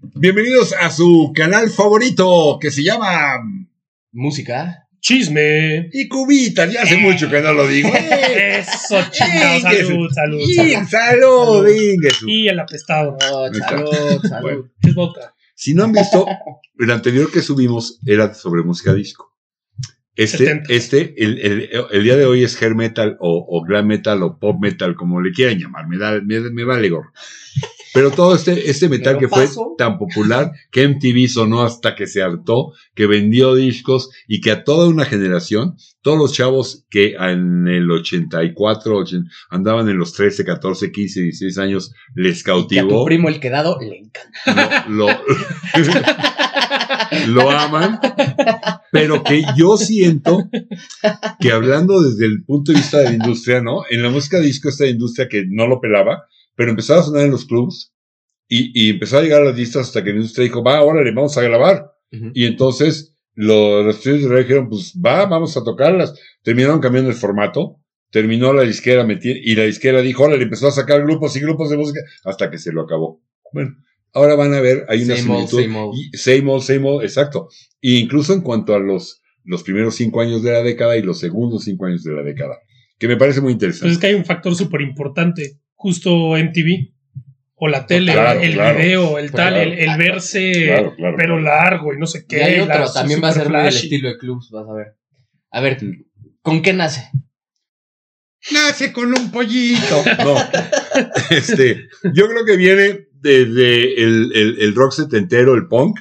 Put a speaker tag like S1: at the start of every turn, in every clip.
S1: Bienvenidos a su canal favorito que se llama
S2: Música.
S3: Chisme.
S1: Y Cubitas. Ya hace mucho que no lo digo. ¡Eh!
S3: Eso, chingado.
S1: Ey, que
S3: Salud, salud,
S1: Y
S3: salud.
S1: salud, Ingesu.
S3: Y el apestado.
S2: Oh,
S1: está.
S2: salud, salud.
S1: Bueno.
S3: Es vodka.
S1: Si no han visto, el anterior que subimos era sobre música disco. Este,
S3: 70.
S1: este el, el- el día de hoy es hair metal o, o glam metal o pop metal, como le quieran llamar, me, da, me, me vale gorro. Pero todo este, este metal
S2: lo
S1: que fue
S2: paso.
S1: tan popular que MTV sonó hasta que se hartó, que vendió discos y que a toda una generación, todos los chavos que en el 84 80 andaban en los 13, 14, 15, 16 años, les
S2: Y a tu
S1: cautivó
S2: primo el quedado le encanta.
S1: lo, lo- lo aman, pero que yo siento que hablando desde el punto de vista de la industria, ¿no? En la música disco, esta industria que no lo pelaba, pero empezaba a sonar en los clubs y, y empezó a llegar a las listas hasta que la industria dijo, va, órale, vamos a grabar.
S2: Ujú.
S1: Y entonces lo- los estudios de radio dijeron, pues va, vamos a tocarlas. Terminaron cambiando el formato. Terminó la disquera meti- y la disquera dijo, órale, empezó a sacar grupos y grupos de música hasta que se lo acabó. Bueno, ahora van a ver, hay una
S2: Same old,
S1: similitud.
S2: same old.
S1: Y- Same old, same old, exacto. E incluso en cuanto a los, los primeros cinco años de la década y los segundos cinco años de la década, que me parece muy
S3: Pues
S1: interesante.
S3: es que hay un factor súper importante. Justo MTV. O la tele,
S1: Claro,
S3: el
S1: claro.
S3: video, el tal,
S2: Claro.
S3: el, el verse
S1: Claro, claro,
S3: pero
S1: claro.
S3: largo y no sé qué.
S2: y hay
S3: la-
S2: otro, también va a ser
S3: super
S2: muy del
S3: flashy.
S2: estilo de clubs, vas a ver. A ver, ¿con qué nace?
S1: Nace con un pollito. No. Este, yo creo que viene desde el, el, el rock setentero, el punk.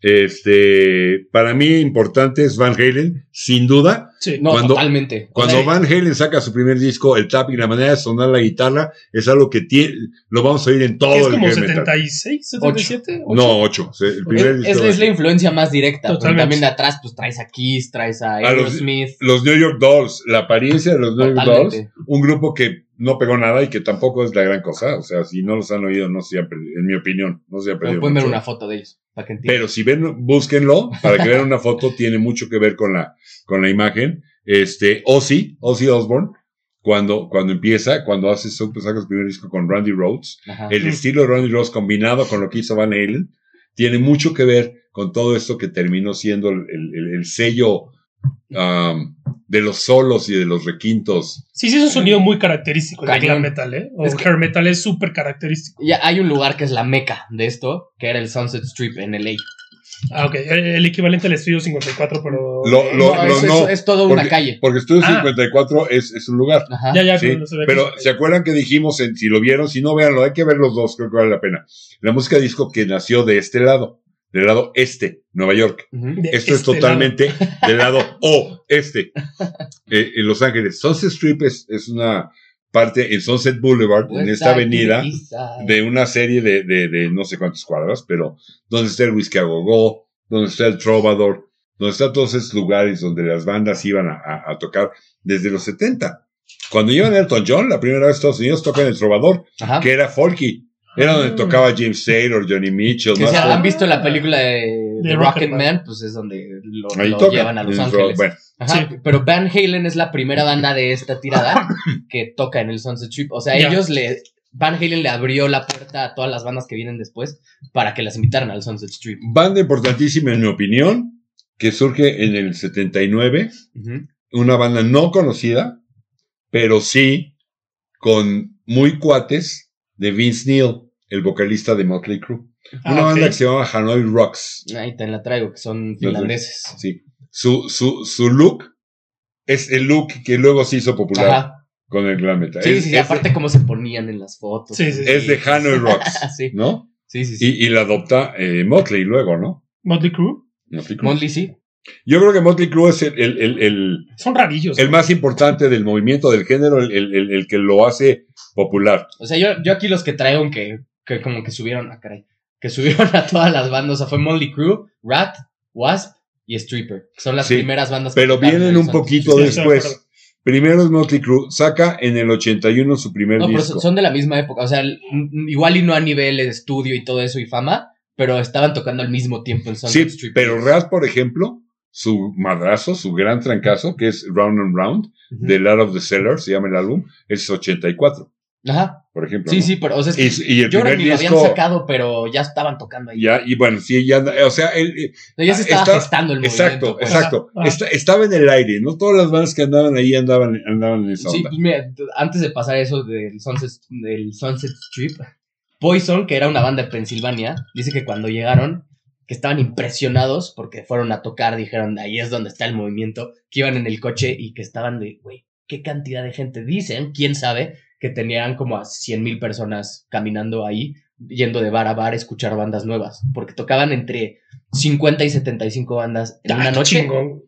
S1: Este, para mí importante es Van Halen, sin duda.
S3: Sí.
S2: No,
S1: Cuando-
S2: totalmente.
S1: Cuando
S2: Sí.
S1: Van Halen saca su primer disco, el tap y la manera de sonar la guitarra es algo que tiene, lo vamos a oír en todo
S3: Que es
S1: el
S3: como
S1: heavy metal.
S3: 76, 77.
S1: No, ocho. Se- El primer
S2: es,
S1: disco
S2: es-
S1: de-
S2: es la influencia más directa. pero
S3: Totalmente.
S2: También de atrás, pues traes a Kiss, traes a
S1: A los-
S2: Aerosmith.
S1: los New York Dolls, la apariencia de los New York Dolls,
S2: Totalmente.
S1: un grupo que no pegó nada y que tampoco es la gran cosa. O sea, si no los han oído, no se han perdido, en mi opinión, no se han perdido.
S2: Pueden ver
S1: mucho.
S2: una foto de ellos. Para que entiendan.
S1: Pero si ven, búsquenlo para que vean una foto, tiene mucho que ver con la, con la imagen. Este, Ozzy, Ozzy Osbourne, cuando, cuando empieza, cuando hace su, pues, saca su primer disco con Randy Rhodes,
S2: Ajá.
S1: el
S3: Ujú.
S1: estilo de Randy Ross combinado con lo que hizo Van Halen tiene mucho que ver con todo esto que terminó siendo el, el- el- el sello am, de los solos y de los requintos.
S3: Sí, sí, es un sonido muy característico el de
S2: Cañón.
S3: glam metal, ¿eh? O
S2: Es que-
S3: hair metal es súper característico.
S2: Ya hay un lugar que es la meca de esto, que era el Sunset Strip en LA.
S3: Ah, ok. El, el equivalente al estudio 54, pero.
S1: Lo- lo-
S2: No,
S1: lo-
S2: es,
S1: no,
S2: es- es toda una
S1: porque-
S2: calle.
S1: Porque Estudio
S3: Ah.
S1: 54 es, es un lugar.
S2: Ajá.
S3: ya, ya,
S1: ¿sí?
S3: pero no se ve
S1: Pero
S3: aquí.
S1: ¿se acuerdan que dijimos, en- si lo vieron, si no, véanlo, hay que ver los dos, creo que vale la pena. La música disco que nació de este lado, del lado este, Nueva York.
S2: Ujú.
S3: De
S1: Esto es
S3: este lado.
S1: totalmente del lado o este. Eh, en Los Ángeles, Sunset Strip es, es una parte en Sunset Boulevard,
S2: Pues
S1: en esta avenida, de una serie de, de- de no sé cuántas cuadras, pero donde está el Whisky a Go, donde está el Trovador, donde están todos esos lugares donde las bandas iban a, a- a tocar desde los 70. Cuando llevan Elton John, la primera vez a Estados Unidos, tocan el Trovador,
S2: Ajá.
S1: que era folky. Era donde
S3: Ah.
S1: tocaba James Taylor, Johnny Mitchell,
S2: Que
S1: más
S2: si
S3: Ah.
S2: han visto la película de,
S3: De
S2: de
S3: Rocketman.
S2: Rocketman, pues es donde lo,
S1: folk. Ahí
S2: lo
S1: tocan.
S2: llevan a Los
S1: En el
S2: Ángeles.
S1: Trovador. Bueno,
S2: Ajá,
S3: Sí.
S2: Pero Van Halen es la primera banda de esta tirada que toca en el Sunset Strip. O sea,
S3: Ya.
S2: ellos le. Van Halen le abrió la puerta a todas las bandas que vienen después para que las invitaran al Sunset Strip.
S1: Banda importantísima, en mi opinión, que surge en el 79, una banda no conocida, pero sí con muy cuates de Vince Neil, el vocalista de Motley Crue.
S3: Ah,
S1: Una
S3: ok.
S1: banda que se llamaba Hanoi Rocks.
S2: Ahí te la traigo, que son finlandeses.
S1: Sí. Su, su, su look es el look que luego se hizo popular
S2: Ajá.
S1: con el glam metal.
S2: Sí,
S1: es,
S2: sí, sí,
S1: es
S2: aparte cómo se ponían en las fotos. Ah,
S3: Sí, sí,
S1: de, es de Hanoi Rocks,
S2: sí,
S1: ¿no?
S2: sí, sí. sí.
S1: Y, y la adopta eh, Motley luego, ¿no?
S3: Motley Crue.
S1: Motley Crue.
S2: Motley sí.
S1: Yo creo que Motley Crue es el- el- el- el,
S3: Son rarillos.
S1: el
S3: ¿no?
S1: más importante del movimiento del género, el, el- el- el que lo hace popular.
S2: O sea, yo, yo aquí los que traigo que, que como que subieron, ah, caray, que subieron a todas las bandas, o sea, fue Molly Crew, Rat, Wasp y Stripper. que Son las
S1: Sí,
S2: primeras bandas que
S1: Pero
S2: tocaron
S1: vienen
S2: en
S1: un
S2: Sunset
S1: poquito este
S3: sí,
S2: Strip.
S3: sí, sí,
S1: después. Primero es Motley Crue, saca en el 81 su primer
S2: No, pero
S1: disco.
S2: son de la misma época, o sea, l- n- igual y no a nivel de estudio y todo eso y fama, pero estaban tocando al mismo tiempo en Sunset
S1: sí,
S2: Strip.
S1: pero Rat, por ejemplo, su madrazo, su gran trancazo, que es Round and Round,
S2: Ujú.
S1: del Art of the Cellar, se llama el álbum, es 84.
S2: Ajá.
S1: por ejemplo.
S2: Sí,
S1: ¿no?
S2: sí, pero, o sea, es que
S1: Y, y el
S2: yo creo
S1: primer
S2: que ni lo habían
S1: disco.
S2: sacado, pero ya estaban tocando ahí.
S1: Ya, y bueno, sí, ya, anda- o sea, él, eh,
S2: O sea, ya se estaba
S1: está-
S2: gestando el movimiento.
S1: exacto,
S2: pues.
S1: exacto.
S3: Ajá.
S1: Está- estaba en el aire, no todas las bandas que andaban ahí andaban, andaban en esa
S2: Sí,
S1: onda.
S2: pues mira, t- antes de pasar eso del Sunset, del Sunset Strip, Poison, que era una banda de Pensilvania, dice que cuando llegaron, que estaban impresionados porque fueron a tocar, dijeron, ahí es donde está el movimiento, que iban en el coche y que estaban de, güey, qué cantidad de gente. Dicen, quién sabe, que tenían como a 100 mil personas caminando ahí, yendo de bar a bar a escuchar bandas nuevas, porque tocaban entre 50 y 75 bandas en una
S3: Ah,
S2: noche.
S3: chingón.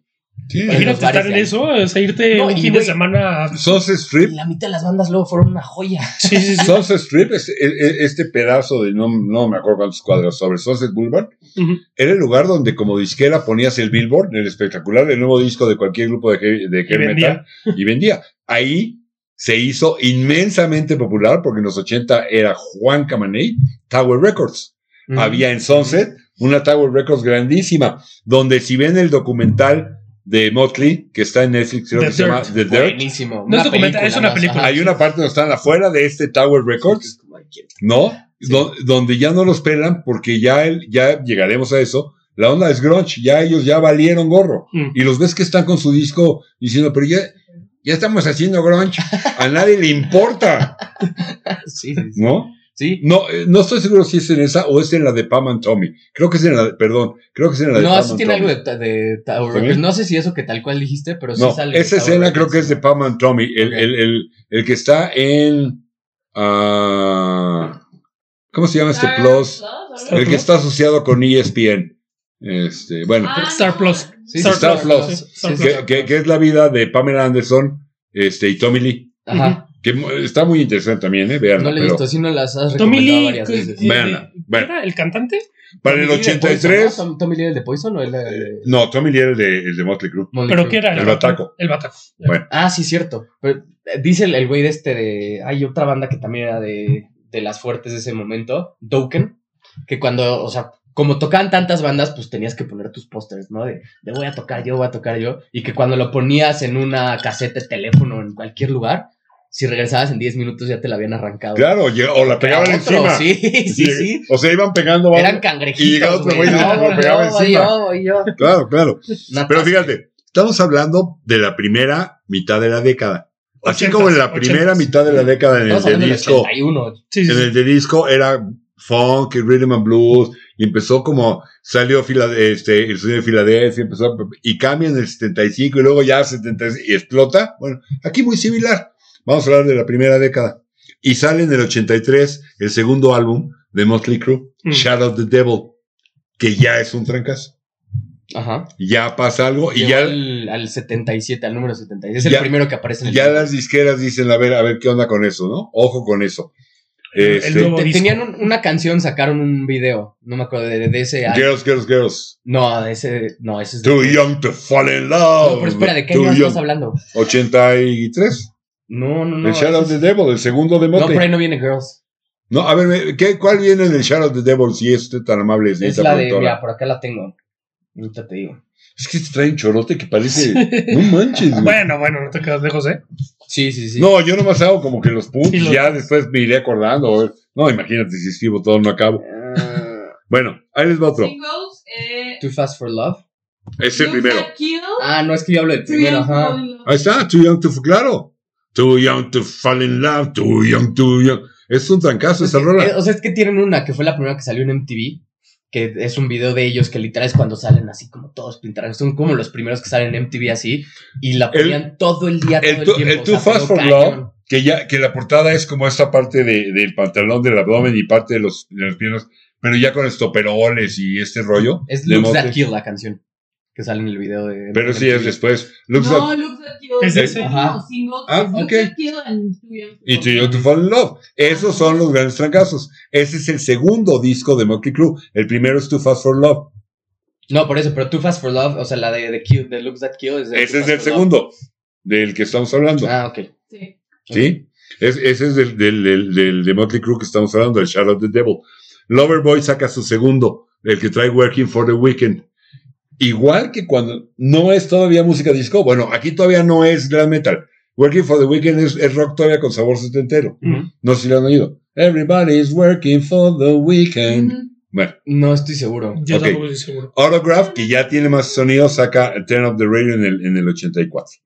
S1: Sí.
S2: Bueno, bares
S3: Imagínate estar
S2: de
S3: en
S2: ahí.
S3: eso, o sea, irte
S2: No,
S3: un
S2: y
S3: fin de
S2: güey-
S3: semana. a-
S1: Sunset Strip,
S2: Y la mitad de las bandas luego fueron una joya.
S3: Sí, sí, sí.
S1: Sunset Strip, es- e- e- este pedazo de no, no me acuerdo cuántos cuadros sobre Sunset Boulevard,
S3: Ujú.
S1: era el lugar donde como disquera ponías el billboard, el espectacular, el nuevo disco de cualquier grupo de, he- de
S3: Y
S1: heavy metal,
S3: vendía.
S1: y vendía. Ahí se hizo inmensamente popular porque en los 80 era Juan Camaney, Tower Records.
S3: Mm.
S1: Había en Sunset una Tower Records grandísima, donde si ven el documental de Motley, que está en Netflix, creo
S3: The
S1: que se llama
S3: Dirt.
S1: The Dirt,
S2: Buenísimo.
S3: No es documental, es una
S2: más,
S3: película.
S2: ajá.
S1: hay una parte donde están afuera de este Tower Records. ¿no? Do- donde ya no los pelan porque ya, el- ya llegaremos a eso. La onda es grunge, ya ellos ya valieron gorro.
S3: Mm.
S1: Y los ves que están con su disco diciendo, pero ya, ya estamos haciendo grunge, a nadie le importa,
S2: Sí, sí, sí.
S1: ¿no?
S2: Sí.
S1: No, eh, no estoy seguro si es en esa o es en la de Pam and Tommy. Creo que es en la de, perdón, creo que es en la de
S2: No,
S1: Pam
S2: sí
S1: and
S2: tiene algo
S1: Tommy.
S2: de, ta- de Tower
S1: ¿También?
S2: Records. No sé si eso que tal cual dijiste, pero sí
S1: No,
S2: sale.
S1: esa
S2: Tower
S1: escena creo
S2: Records.
S1: que es de Pam and Tommy, el,
S2: Ok.
S1: el, el, el que está en... ah, ¿Cómo se llama este
S4: Ah,
S2: Ah,
S4: Star
S1: plus?
S4: Plus,
S3: Star
S4: ¿o no?
S1: El que está asociado con E ESPN. Este, bueno,
S4: Ah,
S3: Star
S4: no.
S3: Plus.
S2: Sí,
S1: Star Plus.
S2: sí,
S3: Star
S2: sí,
S3: Plus.
S1: que, que- que es la vida de Pamela Anderson este, y Tommy Lee.
S2: Ajá.
S1: Que mu- está muy interesante también, ¿eh? Veanla,
S2: No le he
S1: pero
S2: visto, sí no las has
S3: Tommy
S2: recomendado
S3: Lee.
S2: varias
S3: ¿qué-
S2: veces.
S3: qué-
S1: Veanla,
S3: qué
S1: vean.
S3: era ¿El cantante?
S1: Para el
S2: Tommy Lee de
S1: 83.
S2: Poison, ¿no? ¿Tommy Lee el de Poison o el de.?
S1: No, Tommy Lee era el de, el de Motley Crue.
S2: Motley
S3: ¿Pero
S2: Crue?
S3: qué era?
S1: El Bataco.
S3: El Bataco.
S2: Ah, sí, cierto. Pero, eh, dice el, el güey de este de. Hay otra banda que también era de, de las fuertes de ese momento, Doken, que cuando, o sea, como tocaban tantas bandas, pues tenías que poner tus pósters, ¿no? De, de voy a tocar yo, voy a tocar yo. Y que cuando lo ponías en una caseta, de teléfono, en cualquier lugar, si regresabas en 10 minutos ya te la habían arrancado.
S1: Claro, lle- o la
S2: Era
S1: pegaban
S2: otro,
S1: encima.
S2: Sí, sí, sí.
S1: O sea, iban pegando.
S2: Eran
S1: Eran
S2: cangrejitos.
S1: y llegaba otro
S2: güey.
S1: güey y
S2: No,
S1: lo pegaba
S2: yo,
S1: encima.
S2: yo, voy yo.
S1: Claro, claro.
S2: Una
S1: Pero
S2: tas-
S1: fíjate, estamos hablando de la primera mitad de la década. Así
S3: Ochentas,
S1: como en la primera
S3: ochentas.
S1: mitad de la década en el
S2: Estamos
S1: de
S2: hablando del
S1: disco.
S2: 81.
S3: Sí, sí,
S1: en
S3: sí.
S1: el de disco era funk, y rhythm and blues, y empezó como, salió Fila- este, el sonido de Filadelfia, empezó, y cambia en el 75, y luego ya 76, y explota. Bueno, aquí muy similar. Vamos a hablar de la primera década. Y sale en el 83 el segundo álbum de Motley Crue,
S3: Mm.
S1: Shadow of the Devil, que ya es un trancazo.
S2: Ajá.
S1: Ya pasa algo, y
S2: Llegó
S1: ya,
S2: al, al 77, al número 77. Es el
S1: Ya-
S2: primero que aparece en el
S1: ya
S2: libro.
S1: las disqueras dicen, a ver, a ver qué onda con eso, ¿no? Ojo con eso. Este,
S3: El nuevo
S2: Te-
S3: disco.
S2: Tenían un- una canción, sacaron un video. No me acuerdo de, de ese. álbum.
S1: Girls, girls, girls.
S2: No, de ese. No, ese es.
S1: Too young to fall in love.
S2: no, pero espera, ¿de qué
S1: Too
S2: año
S1: young.
S2: estás hablando?
S1: 83.
S2: No, no, no.
S1: el Shadow of
S2: ese
S1: the
S2: es-
S1: Devil, el segundo de
S2: No,
S1: Motley.
S2: pero
S1: No,
S2: ahí no viene Girls.
S1: a ver, ¿qué, ¿cuál viene en el Shadow of the Devil si es usted tan amable?
S2: Es
S1: señorita
S2: la de.
S1: productora?
S2: Mira, por acá la tengo. Ahorita te digo.
S1: Es que se trae un chorote que parece. No manches, güey.
S3: Bueno, bueno, no te quedas lejos, ¿eh?
S2: Sí, sí, sí.
S1: No, yo nomás hago como que los puntos,
S3: Sí, los-
S1: ya después me iré acordando. a ver. No, imagínate si escribo todo, no acabo.
S2: Ah,
S1: Bueno, ahí les va otro.
S4: Singles, eh,
S2: Too Fast for Love.
S1: Es el
S4: You
S1: primero.
S4: Got Killed,
S2: Ah, no, es que yo hablo del
S4: Three
S2: primero,
S4: and Fall
S2: ajá.
S4: in Love.
S1: Ahí está, Too Young to Claro. Too Young to Fall in Love, Too Young, Too Young. Es un trancazo Pues esa
S2: Eh,
S1: rola.
S2: O sea, es que tienen una que fue la primera que salió en MTV, que es un video de ellos que literal es cuando salen así como todos pintados. Son como los primeros que salen en MTV así y la
S1: El-
S2: ponían todo el día, todo
S1: el
S2: el,
S1: Too-
S2: tiempo.
S1: el
S2: o
S1: Too
S2: sea,
S1: Fast
S2: pero
S1: for
S2: cañón.
S1: Love. que ya que la portada es como esta parte de- del pantalón del abdomen y parte de los de las piernas pero ya con estoperoles y este rollo
S2: Es
S1: de
S2: Looks
S1: mote.
S2: That Kill la canción que sale en el video de.
S1: pero sí es después Looks
S4: No,
S1: Like-
S4: Looks That Kill.
S3: Es
S1: ese.
S2: Ajá.
S4: No, Singles.
S1: Ah,
S4: es Looks
S1: ok.
S4: That Kill and Too Young to
S1: y
S4: Fall
S1: To
S4: in
S1: You
S4: Love.
S1: to Fall in Love esos son los grandes trancazos ese es el segundo disco de Motley Crue el primero es Too Fast for Love
S2: No, por eso, pero Too Fast for Love, o sea, la de, de, Kill, de Looks That Kill es de Too
S1: ese es
S2: Fast
S1: el
S2: for Love.
S1: segundo del que estamos hablando
S2: Ah, ok.
S4: Sí.
S1: sí Es- ese es del, del, del- del- de Motley Crue que estamos hablando el Shadow of the Devil Loverboy saca su segundo el que trae Working for the Weekend Igual que cuando no es todavía música disco, bueno, aquí todavía no es glam metal. Working for the Weekend es, es rock todavía con sabor setentero.
S2: Ujú.
S1: No sé si lo han oído. Everybody's working for the weekend. Bueno,
S2: No estoy seguro.
S3: Yo
S1: Ok.
S3: tampoco estoy seguro.
S1: Autograph, que ya tiene más sonido, saca Turn Up the Radio en el, en el 84.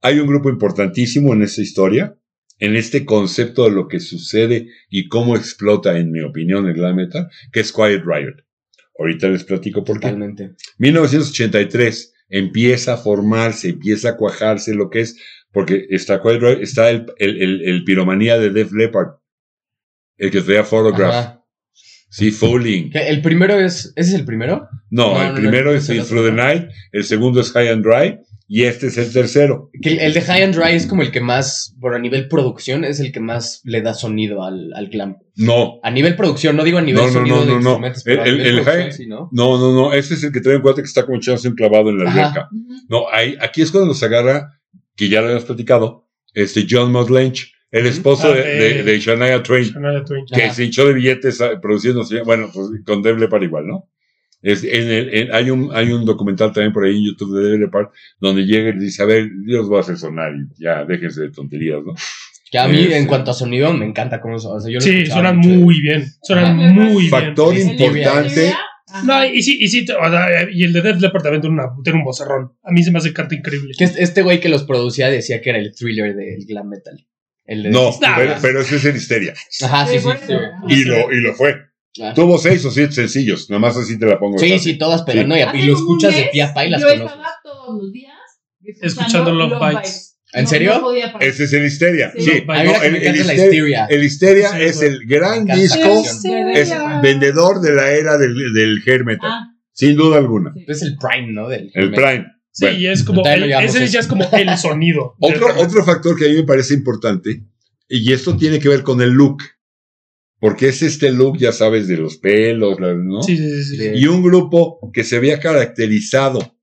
S1: Hay un grupo importantísimo en esta historia, en este concepto de lo que sucede y cómo explota, en mi opinión, el glam metal, que es Quiet Riot. Ahorita les platico por qué.
S2: Totalmente.
S1: 1983 empieza a formarse, empieza a cuajarse lo que es, porque está Quiet Riot, está el, el- el- el piromanía de Def Leppard, el que traía Photograph,
S2: Ajá.
S1: sí, Fooling.
S2: Que El primero es. ¿Ese es el primero?
S1: No,
S2: No,
S1: el
S2: no,
S1: primero
S2: no,
S1: es
S2: no,
S1: In
S2: no,
S1: Through the
S2: no.
S1: Night, el segundo es High and Dry y este es el tercero.
S2: Que el, el de High and Dry es como el que más, por a nivel producción, es el que más le da sonido al, al glam.
S1: No,
S2: A nivel producción, no digo a nivel
S1: No, no,
S2: sonido
S1: no,
S2: de
S1: no, no.
S2: instrumentos, pero a
S1: El- el-
S2: nivel
S1: el
S2: producción
S1: High-
S2: sí, ¿no?
S1: no, no, no, este es el que trae un cuate que está como echándose un clavado en la
S2: Ajá.
S1: alberca. No, ahí- aquí es cuando los agarra, que ya lo habíamos platicado, este John Mott Lynch, el esposo
S3: Ah,
S1: de, de-
S3: eh.
S1: de Shania Twain,
S3: Shania Twain.
S1: que
S2: Ajá.
S1: se hinchó de billetes ah, produciendo, sí, bueno, pues, con Def Leppard igual, ¿no? Es- en el- en- hay, un, hay un documental también por ahí en YouTube de Def Leppard donde llega y dice, a ver, Dios va a hacer sonar y ya, déjense de tonterías, ¿no?
S2: Que a mí,
S1: Este.
S2: en cuanto a sonido, me encanta cómo son. O sea, yo lo
S3: Sí,
S2: escuchaba
S3: suenan
S2: mucho.
S3: muy bien. Suenan
S4: Ajá.
S3: muy
S1: Factor
S2: bien.
S1: importante.
S3: bien. No, y sí, y sí, te- o sea, eh, y el de Death Leppard también tiene, una- tiene un vocerrón. A mí se me hace canta increíble.
S2: Que es- este güey que los producía decía que era el thriller del glam metal. El de-
S1: No,
S3: Nah,
S1: pero,
S3: nah.
S1: pero ese es el histeria.
S2: Ajá, sí, sí.
S4: Sí,
S2: sí.
S4: bueno.
S1: Y lo, y lo fue.
S2: Ah.
S1: Tuvo seis o siete sencillos, nada más así te la pongo.
S2: Sí,
S1: fácil.
S2: sí, todas, pero
S1: Sí.
S2: no, y, y
S4: Hace
S2: lo
S4: como un
S2: escuchas de
S4: mes,
S2: pie a pa y las
S4: Yo
S2: conoces.
S4: estaba todos los días
S3: Escuchando Love Bites.
S2: ¿En serio?
S1: Ese es el histeria.
S4: Sí.
S1: Sí,
S3: No,
S2: A mí
S1: no,
S2: la que
S1: el,
S2: me
S1: el
S2: encanta es la
S1: histeria,
S2: histeria.
S1: el Histeria
S3: Sí,
S1: es
S3: güey.
S1: el gran
S2: Me encanta esa
S1: disco,
S2: canción.
S1: es
S4: Ah,
S1: vendedor de la era del, del hair metal,
S2: Ah.
S1: sin duda alguna.
S2: Es el prime, ¿no? Del
S1: El Prime.
S3: Sí,
S1: Bueno.
S3: y es como.
S2: Todavía no
S3: el-
S2: llegamos a
S3: ese
S2: eso.
S3: ya es como el sonido. del
S1: Otro,
S3: Leppard.
S1: otro factor que a mí me parece importante, y esto tiene que ver con el look, porque es este look, ya sabes, de los pelos, la- ¿no?
S3: Sí, sí, sí, sí.
S1: Y un grupo que se había caracterizado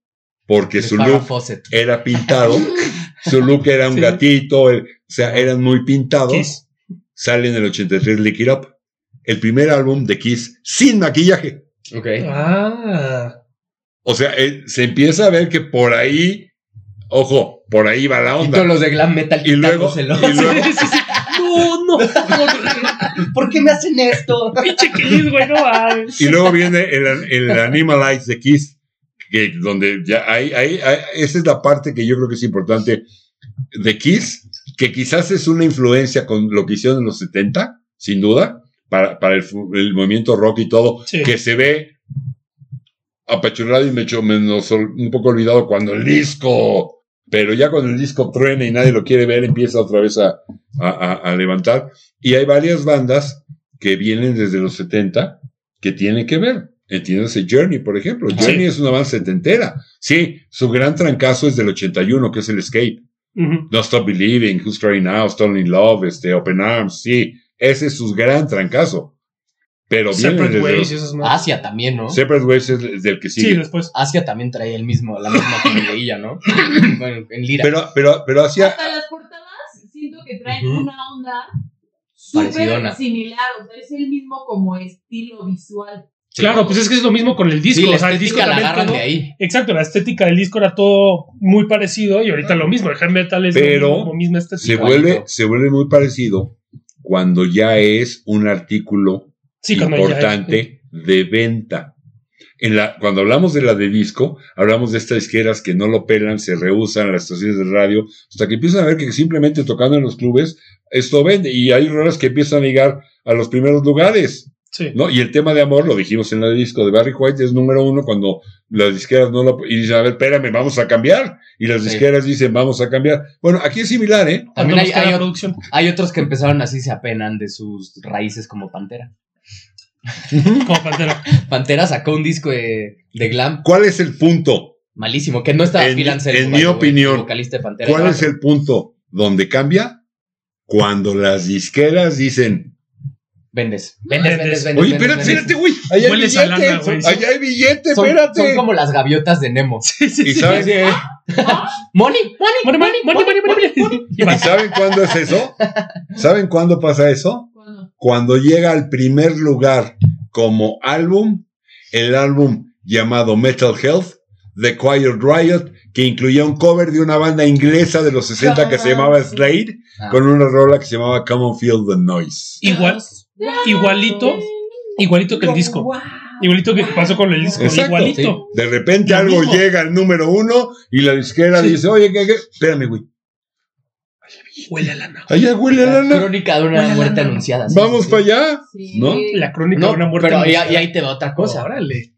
S1: porque
S2: de
S1: su
S2: Farrah
S1: look
S2: Fawcett.
S1: era pintado, su look era un
S3: Sí.
S1: gatito, el- o sea, eran muy pintados.
S3: Kiss.
S1: Sale en el 83 Lick It Up, el primer álbum de Kiss sin maquillaje.
S2: Ok.
S3: Ah.
S1: O sea, eh, se empieza a ver que por ahí, ojo, por ahí va la
S2: Y
S1: onda.
S2: todos los de glam metal
S1: Y luego,
S2: quitándoselo.
S1: y luego,
S3: Sí, sí, sí. No, no.
S2: ¿Por qué me hacen esto?
S3: Pinche Kiss, güey, no mames.
S1: y luego viene el, el Animal Eyes de Kiss, que donde ya hay, hay- hay- esa es la parte que yo creo que es importante de Kiss, que quizás es una influencia con lo que hicieron en los 70, sin duda, para, para el, fu- el movimiento rock y todo,
S3: Sí.
S1: que se ve apachurrado y me echó menos ol- un poco olvidado cuando el disco, pero ya cuando el disco truena y nadie lo quiere ver, empieza otra vez a, a- a- a levantar. Y hay varias bandas que vienen desde los 70 que tienen que ver. Entiéndase, Journey, por ejemplo.
S2: Ajá.
S1: Journey es una banda setentera. Sí, su gran trancazo es del 81, que es el Escape.
S3: Ujú.
S1: No Stop Believing, Who's Crying Now, Stolen in Love, este, Open Arms, sí. Ese es su gran trancazo. Pero vienen
S3: Separate
S1: desde los-
S3: Ways y esas madres.
S2: Asia también, ¿no?
S1: Separate Waves es del que
S3: Sí,
S1: sigue.
S3: después.
S2: Asia también traía el mismo, la misma comidilla, ¿no? Bueno, en Lira.
S1: pero, pero, pero hacía.
S4: Hasta las portadas siento que traen
S2: Ujú.
S4: una onda
S2: Parecidona.
S4: súper similar. O sea, es el mismo como estilo visual.
S2: Sí.
S3: Claro, pues es que es lo mismo con el
S2: Sí,
S3: disco.
S2: la
S3: o sea, el disco
S2: estética la
S3: también
S2: agarran
S3: todo.
S2: de ahí.
S3: Exacto, la estética del disco era todo muy parecido y ahorita lo mismo. El heavy metal es
S1: Pero
S3: lo mismo, misma estética.
S1: Se vuelve, se vuelve muy parecido cuando ya es un artículo
S3: Sí, cuando ya-
S1: importante de venta. En la, cuando hablamos de la de disco, hablamos de estas disqueras que no lo pelan, se rehusan las estaciones de radio, hasta que empiezan a ver que simplemente tocando en los clubes, esto vende. Y hay rolas que empiezan a llegar a los primeros lugares.
S3: Sí.
S1: ¿no? Y el tema de amor, lo dijimos en el disco de Barry White, es número uno cuando las disqueras no lo... Y dicen, a ver, espérame, vamos a cambiar. Y las
S2: Sí.
S1: disqueras dicen, vamos a cambiar. Bueno, aquí es similar, ¿eh?
S2: También
S3: También
S2: hay- hay
S3: hay,
S2: otro-
S3: producción.
S2: Hay otros que empezaron así, se apenan de sus raíces como Pantera.
S3: Como Pantera.
S2: Pantera sacó un disco de, de glam
S1: ¿Cuál es el punto?
S2: malísimo, que no estaba
S1: En-
S2: Phil Anselmo,
S1: en mi
S2: by the way,
S1: opinión,
S2: el vocalista de Pantera.
S1: ¿Cuál
S2: No,
S1: es el punto donde cambia? Cuando las disqueras dicen,
S2: Vendes. Vendes, vendes, vendes.
S1: oye,
S2: vendes,
S1: espérate,
S2: vendes.
S1: espérate, güey, ahí hay
S3: Hueles a lana,
S1: billete,
S3: güey, sí.
S1: allá hay billete,
S2: Son,
S1: espérate.
S2: son como las gaviotas de Nemo.
S3: Sí, sí,
S1: ¿Y
S3: sí.
S1: saben,
S2: Money, money,
S3: Money, money, money, money, money,
S1: ¿Y saben cuándo es eso? ¿Saben cuándo pasa eso?
S4: Cuando-
S1: cuando llega al primer lugar como álbum, el álbum llamado Metal Health The Quiet Riot, que incluía un cover de una banda inglesa de los 60 que se llamaba Slade,
S2: Ah.
S1: con una rola que se llamaba Come and Feel the Noise.
S3: Igual, igualito, igualito que el disco. Igualito que pasó con el disco.
S1: Exacto,
S3: Igualito.
S1: De repente
S3: Lo
S1: algo
S3: mismo.
S1: llega al número uno y la disquera
S3: Sí.
S1: dice, oye, ¿qué, qué? Espérame, güey.
S3: Huele a lana.
S1: Allá huele la
S2: La
S1: lana.
S2: crónica de una
S3: Buena
S2: muerte
S3: lana.
S2: anunciada. sí,
S1: Vamos
S2: sí, sí.
S1: para allá. ¿No?
S3: La crónica
S2: No,
S3: de una muerte.
S2: pero y,
S3: anunciada.
S2: y ahí te va otra cosa.
S3: Órale.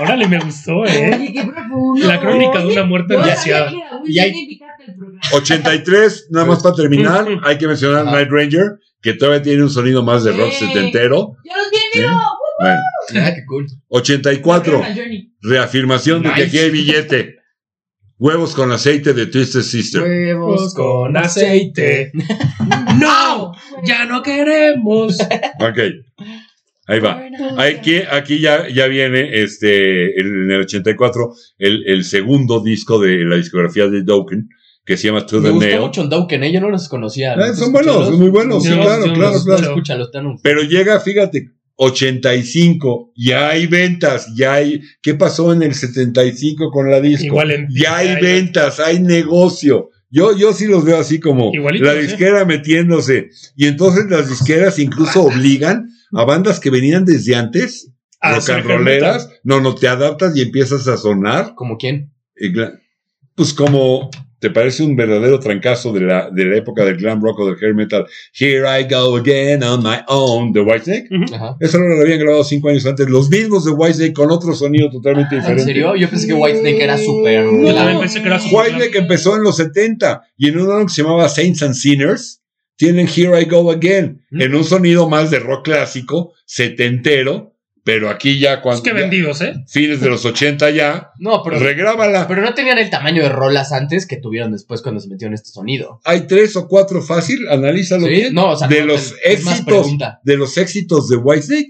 S3: Órale, me gustó, ¿eh?
S4: Oye, qué profundo.
S3: La crónica de una muerte
S4: Yo sabía
S3: anunciada.
S4: que era muy
S2: Y hay-
S4: bien invitarte al programa.
S1: 83, nada más para terminar, hay que mencionar
S2: Ajá.
S1: Night Ranger, que todavía tiene un sonido más de rock
S4: Sí.
S1: setentero.
S4: ¡Ya los vi en
S1: ¿eh?
S4: vivo!
S1: Bueno,
S2: Ah, qué cool.
S1: 84,
S4: Al Johnny.
S1: reafirmación de que
S2: Nice.
S1: aquí hay billete. Huevos con aceite de Twisted Sister.
S2: Huevos con aceite.
S3: ¡No! ¡Ya no queremos!
S1: Ok, ahí va. Aquí, aquí ya, ya viene este, el- en el 84 el, el segundo disco de la discografía de Dokken que se llama To
S2: Me
S1: the
S2: gustó
S1: Nail.
S2: mucho en Dauken, ¿eh? yo no los conocía.
S1: Eh, son buenos, son muy buenos, sí,
S3: Sí,
S1: claro,
S3: sí,
S1: claro,
S3: sí.
S1: claro.
S2: Escúchalo, están un...
S1: Pero llega, fíjate, 85, ya hay ventas, ya hay. ¿Qué pasó en el 75 con la disco?
S3: Igual en.
S1: Ya hay ventas, hay negocio. Yo, yo sí los veo así como
S3: Igualitos,
S1: la
S3: ¿eh?
S1: disquera metiéndose. Y entonces las disqueras incluso obligan a bandas que venían desde antes,
S3: Ah,
S1: rock
S3: sí,
S1: and rolleras. No, no, te adaptas y empiezas a sonar.
S2: ¿Como quién?
S1: eh, gla- Pues como te parece un verdadero trancazo de la, de la época del glam rock o del hair metal. Here I go again on my own, The Whitesnake.
S2: Ajá.
S1: Esa no la habían grabado cinco años antes. Los mismos de Whitesnake con otro sonido totalmente
S2: Ah, ¿En
S1: diferente.
S2: serio? Yo pensé que Whitesnake era súper...
S1: No.
S3: Yo también
S2: glam.
S3: pensé que era súper
S1: Whitney que empezó en los 70 y en un álbum que se llamaba Saints and Sinners tienen Here I Go Again
S2: Mm.
S1: en un sonido más de rock clásico, setentero, pero aquí ya
S3: Es
S1: cuando
S3: que
S1: ya
S3: vendidos, ¿eh?
S1: fines de los 80 ya,
S2: No, pero...
S1: regrábala.
S2: Pero no tenían el tamaño de rolas antes que tuvieron después cuando se metieron este sonido.
S1: Hay tres o cuatro fácil, analízalo
S2: ¿Sí?
S1: bien,
S2: No, o sea,
S1: de
S2: no,
S1: los
S2: es más
S1: éxitos.
S2: pregunta.
S1: de los éxitos de Whitesnake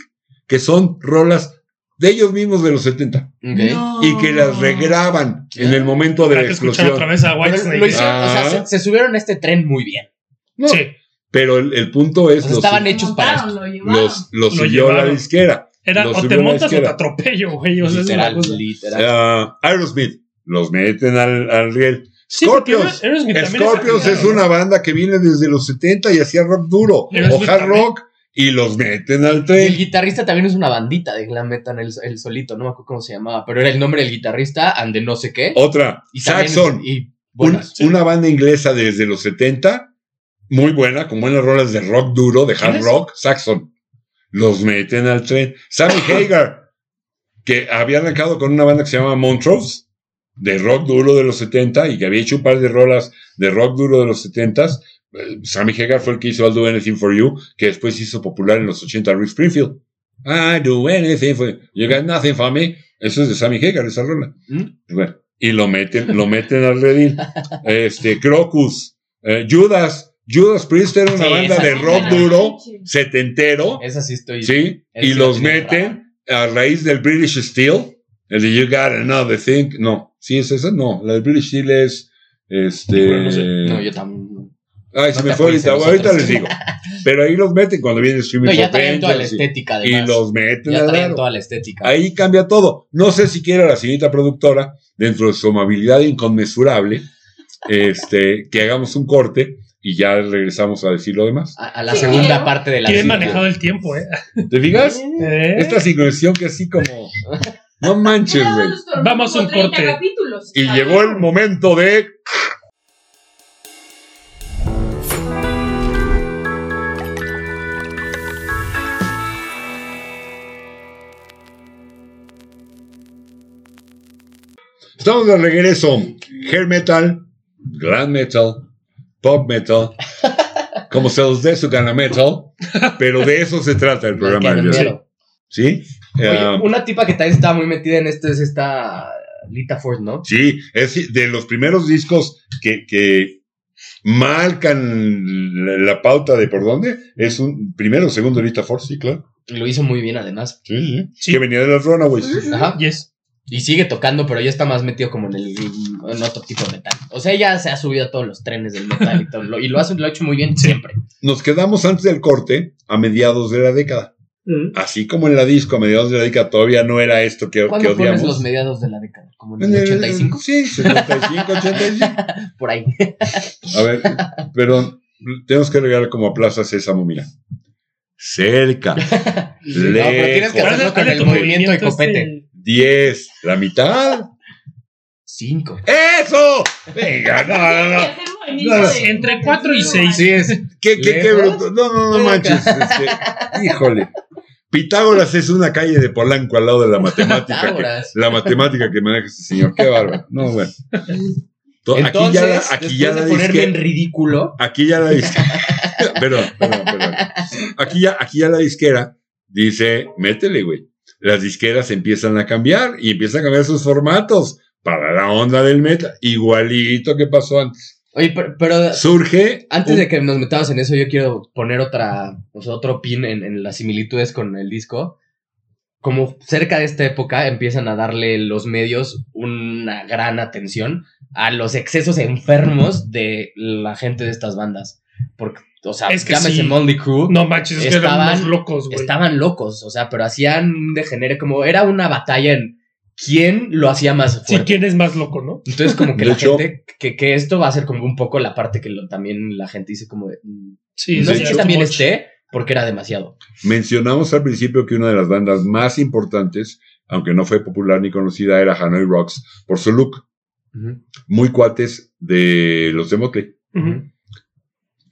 S1: que son rolas de ellos mismos de los 70
S2: Ok.
S1: y que las regraban en el momento de la
S3: Hay Oh. que escuchar otra
S1: explosión.
S3: vez a
S2: Pero
S3: Whitesnake.
S2: lo hicieron, o sea,
S1: Ah.
S2: se, se subieron a este tren muy bien.
S1: No,
S3: Sí.
S1: Pero el, el punto
S2: O
S1: es
S2: sea,
S1: los,
S2: estaban hechos para esto.
S4: Montaron, lo llevaron.
S1: los, los
S3: Lo
S1: siguió la
S3: llevaron.
S1: disquera.
S3: Era
S1: Lo
S3: o
S1: subió
S3: te
S1: a la
S3: montas o te
S1: izquierda.
S3: atropello, güey. O sea, es una
S2: Literal,
S3: cosa.
S2: literal.
S1: Ah, Aerosmith, los meten al, al riel.
S3: Sí, porque
S1: Scorpions.
S3: Aerosmith también
S1: Scorpions es una banda que viene desde los 70 y hacía rock duro o
S3: Aerosmith
S1: hard
S3: también.
S1: rock y los meten al
S2: Y el
S1: tren.
S2: guitarrista también es una bandita de glam metal, el, el solito, no me acuerdo cómo se llamaba, pero era el nombre del guitarrista, and de no sé qué.
S1: Otra,
S2: y también-
S1: Oh, Saxon,
S2: Y
S1: un-
S2: bueno,
S1: una banda inglesa desde los 70, muy buena, con buenas rolas de rock duro, de
S3: ¿Quién
S1: hard
S3: es?
S1: rock, Saxon. Los meten al tren. Sammy Hagar, que había arrancado con una banda que se llama Montrose, de rock duro de los 70 y que había hecho un par de rolas de rock duro de los 70. Eh, Sammy Hagar fue el que hizo I'll Do Anything for You, que después se hizo popular en los 80 Rick Springfield. I Ah, do eh, anything for you. You got nothing for me. Eso es de Sammy Hagar, esa rola.
S2: ¿Mm?
S1: Bueno, y lo meten, lo meten al redil. Este, Crocus, eh, Judas, Judas Priest era una
S2: Sí,
S1: banda
S2: esa
S1: de
S2: sí,
S1: rock
S2: esa.
S1: duro, setentero,
S2: esa sí estoy.
S1: ¿sí?
S2: esa
S1: Y
S2: sí
S1: los
S2: la tenía
S1: meten a raíz del British Steel, el de You Got Another Thing, no, sí es esa, no, la del British Steel es, este,
S3: No sé.
S2: No, yo también.
S1: ay, se
S2: no
S1: me
S2: te
S1: fue
S2: acuerdas de
S1: ahorita,
S2: los
S1: ahorita
S2: otros.
S1: les digo, pero ahí los meten cuando viene Streaming
S2: No, ya
S1: for
S2: traían toda la
S1: Vengeance,
S2: estética,
S1: y, y
S2: además.
S1: los meten
S2: ya
S1: al
S2: traían
S1: aro.
S2: toda la estética.
S1: Ahí cambia todo. No sé si quiera la señorita productora, dentro de su amabilidad inconmensurable, este, que hagamos un corte y ya regresamos a decir lo demás.
S2: A, a la
S4: Sí,
S2: segunda
S4: ¿no?
S2: parte de la
S3: Tiene
S2: cinta.
S3: manejado el tiempo, ¿eh?
S1: ¿Te fijas?
S3: ¿Eh?
S1: Esta sincronización que así como... No manches, güey.
S3: Vamos a un
S4: Como 30
S3: corte.
S4: capítulos.
S1: Y llegó el momento de... Estamos de regreso. Hair metal, glam metal, pop metal, como se los dé su gana metal, pero de eso se trata el
S2: Del
S1: programa de hoy.
S2: Canelero.
S1: ¿Sí?
S2: Oye,
S1: Eh,
S2: una tipa que también estaba muy metida en esto es esta Lita Ford, ¿no?
S1: Sí, es de los primeros discos que, que marcan la, la pauta de por dónde. Es un primero, segundo Lita Force, sí, claro.
S2: Y lo hizo muy bien además.
S1: Sí, sí.
S3: Sí.
S1: Que venía de las Runaways.
S2: Ajá.
S3: Yes.
S2: Y sigue tocando, pero ya está más metido como en el en otro tipo de metal. O sea, ella se ha subido a todos los trenes del metal y todo. lo- Y lo, hace, lo ha hecho muy bien siempre.
S1: Nos quedamos antes del corte a mediados de la década.
S3: Mm.
S1: Así como en la disco, a mediados de la década, todavía no era esto que, que
S2: ¿Cuándo pones
S1: odiamos.
S2: los mediados de la década? ¿Como en
S1: En
S2: el
S1: el-
S2: 85?
S1: Sí, 75, 85.
S2: Por ahí.
S1: A ver, perdón, tenemos que regalar como a Plaza Sésamo, mira. Cerca,
S2: No, pero tienes que
S1: Lejos.
S2: hacerlo con el
S1: Dale tu
S2: movimiento
S3: este
S2: este de copete.
S1: 10, la mitad.
S2: Cinco.
S1: ¡Eso! Venga, no, no, Ah, no. No,
S3: entre cuatro y seis.
S1: Sí, es. ¿Qué, qué, qué
S2: ¿Lejos?
S1: bruto? No, no, no manches. este, híjole. Pitágoras es una calle de Polanco al lado de la matemática. que-
S2: Táboras.
S1: la matemática que maneja este señor. Qué bárbaro. No, bueno. To- aquí
S2: Entonces,
S1: ya la, aquí
S2: después
S1: ya
S2: de
S1: la
S2: ponerme
S1: disque-
S2: en ridículo,
S1: Aquí ya la disquera. perdón, perdón, perdón. Aquí ya, aquí ya la disquera dice, métele, güey. Las disqueras empiezan a cambiar y empiezan a cambiar sus formatos para la onda del metal, igualito que pasó antes.
S2: oye, pero, pero
S1: Surge.
S2: Antes
S1: un-
S2: de que nos metamos en eso, yo quiero poner otra, o sea, otro pin en, en las similitudes con el disco. Como cerca de esta época empiezan a darle los medios una gran atención a los excesos enfermos de la gente de estas bandas. Porque, o sea,
S3: Es que
S2: llámese
S3: sí.
S2: Motley Crue,
S3: No manches, es que
S2: Estaban-
S3: eran unos locos, güey.
S2: estaban locos, o sea, pero hacían un degenere, como era una batalla en quién lo hacía más fuerte.
S3: Sí, ¿quién es más loco, no?
S2: Entonces, como que
S1: De
S2: la
S1: hecho-
S2: gente, que, que esto va a ser como un poco la parte que lo- también la gente dice como de, "Mm, no
S3: Sí,
S1: de
S3: sí,
S2: sé
S1: hecho-
S2: si
S3: es
S2: también
S3: mucho.
S2: esté, porque era demasiado.
S1: Mencionamos al principio que una de las bandas más importantes, aunque no fue popular ni conocida, era Hanoi Rocks, por su look, muy cuates de los de Motley.
S3: Ujú.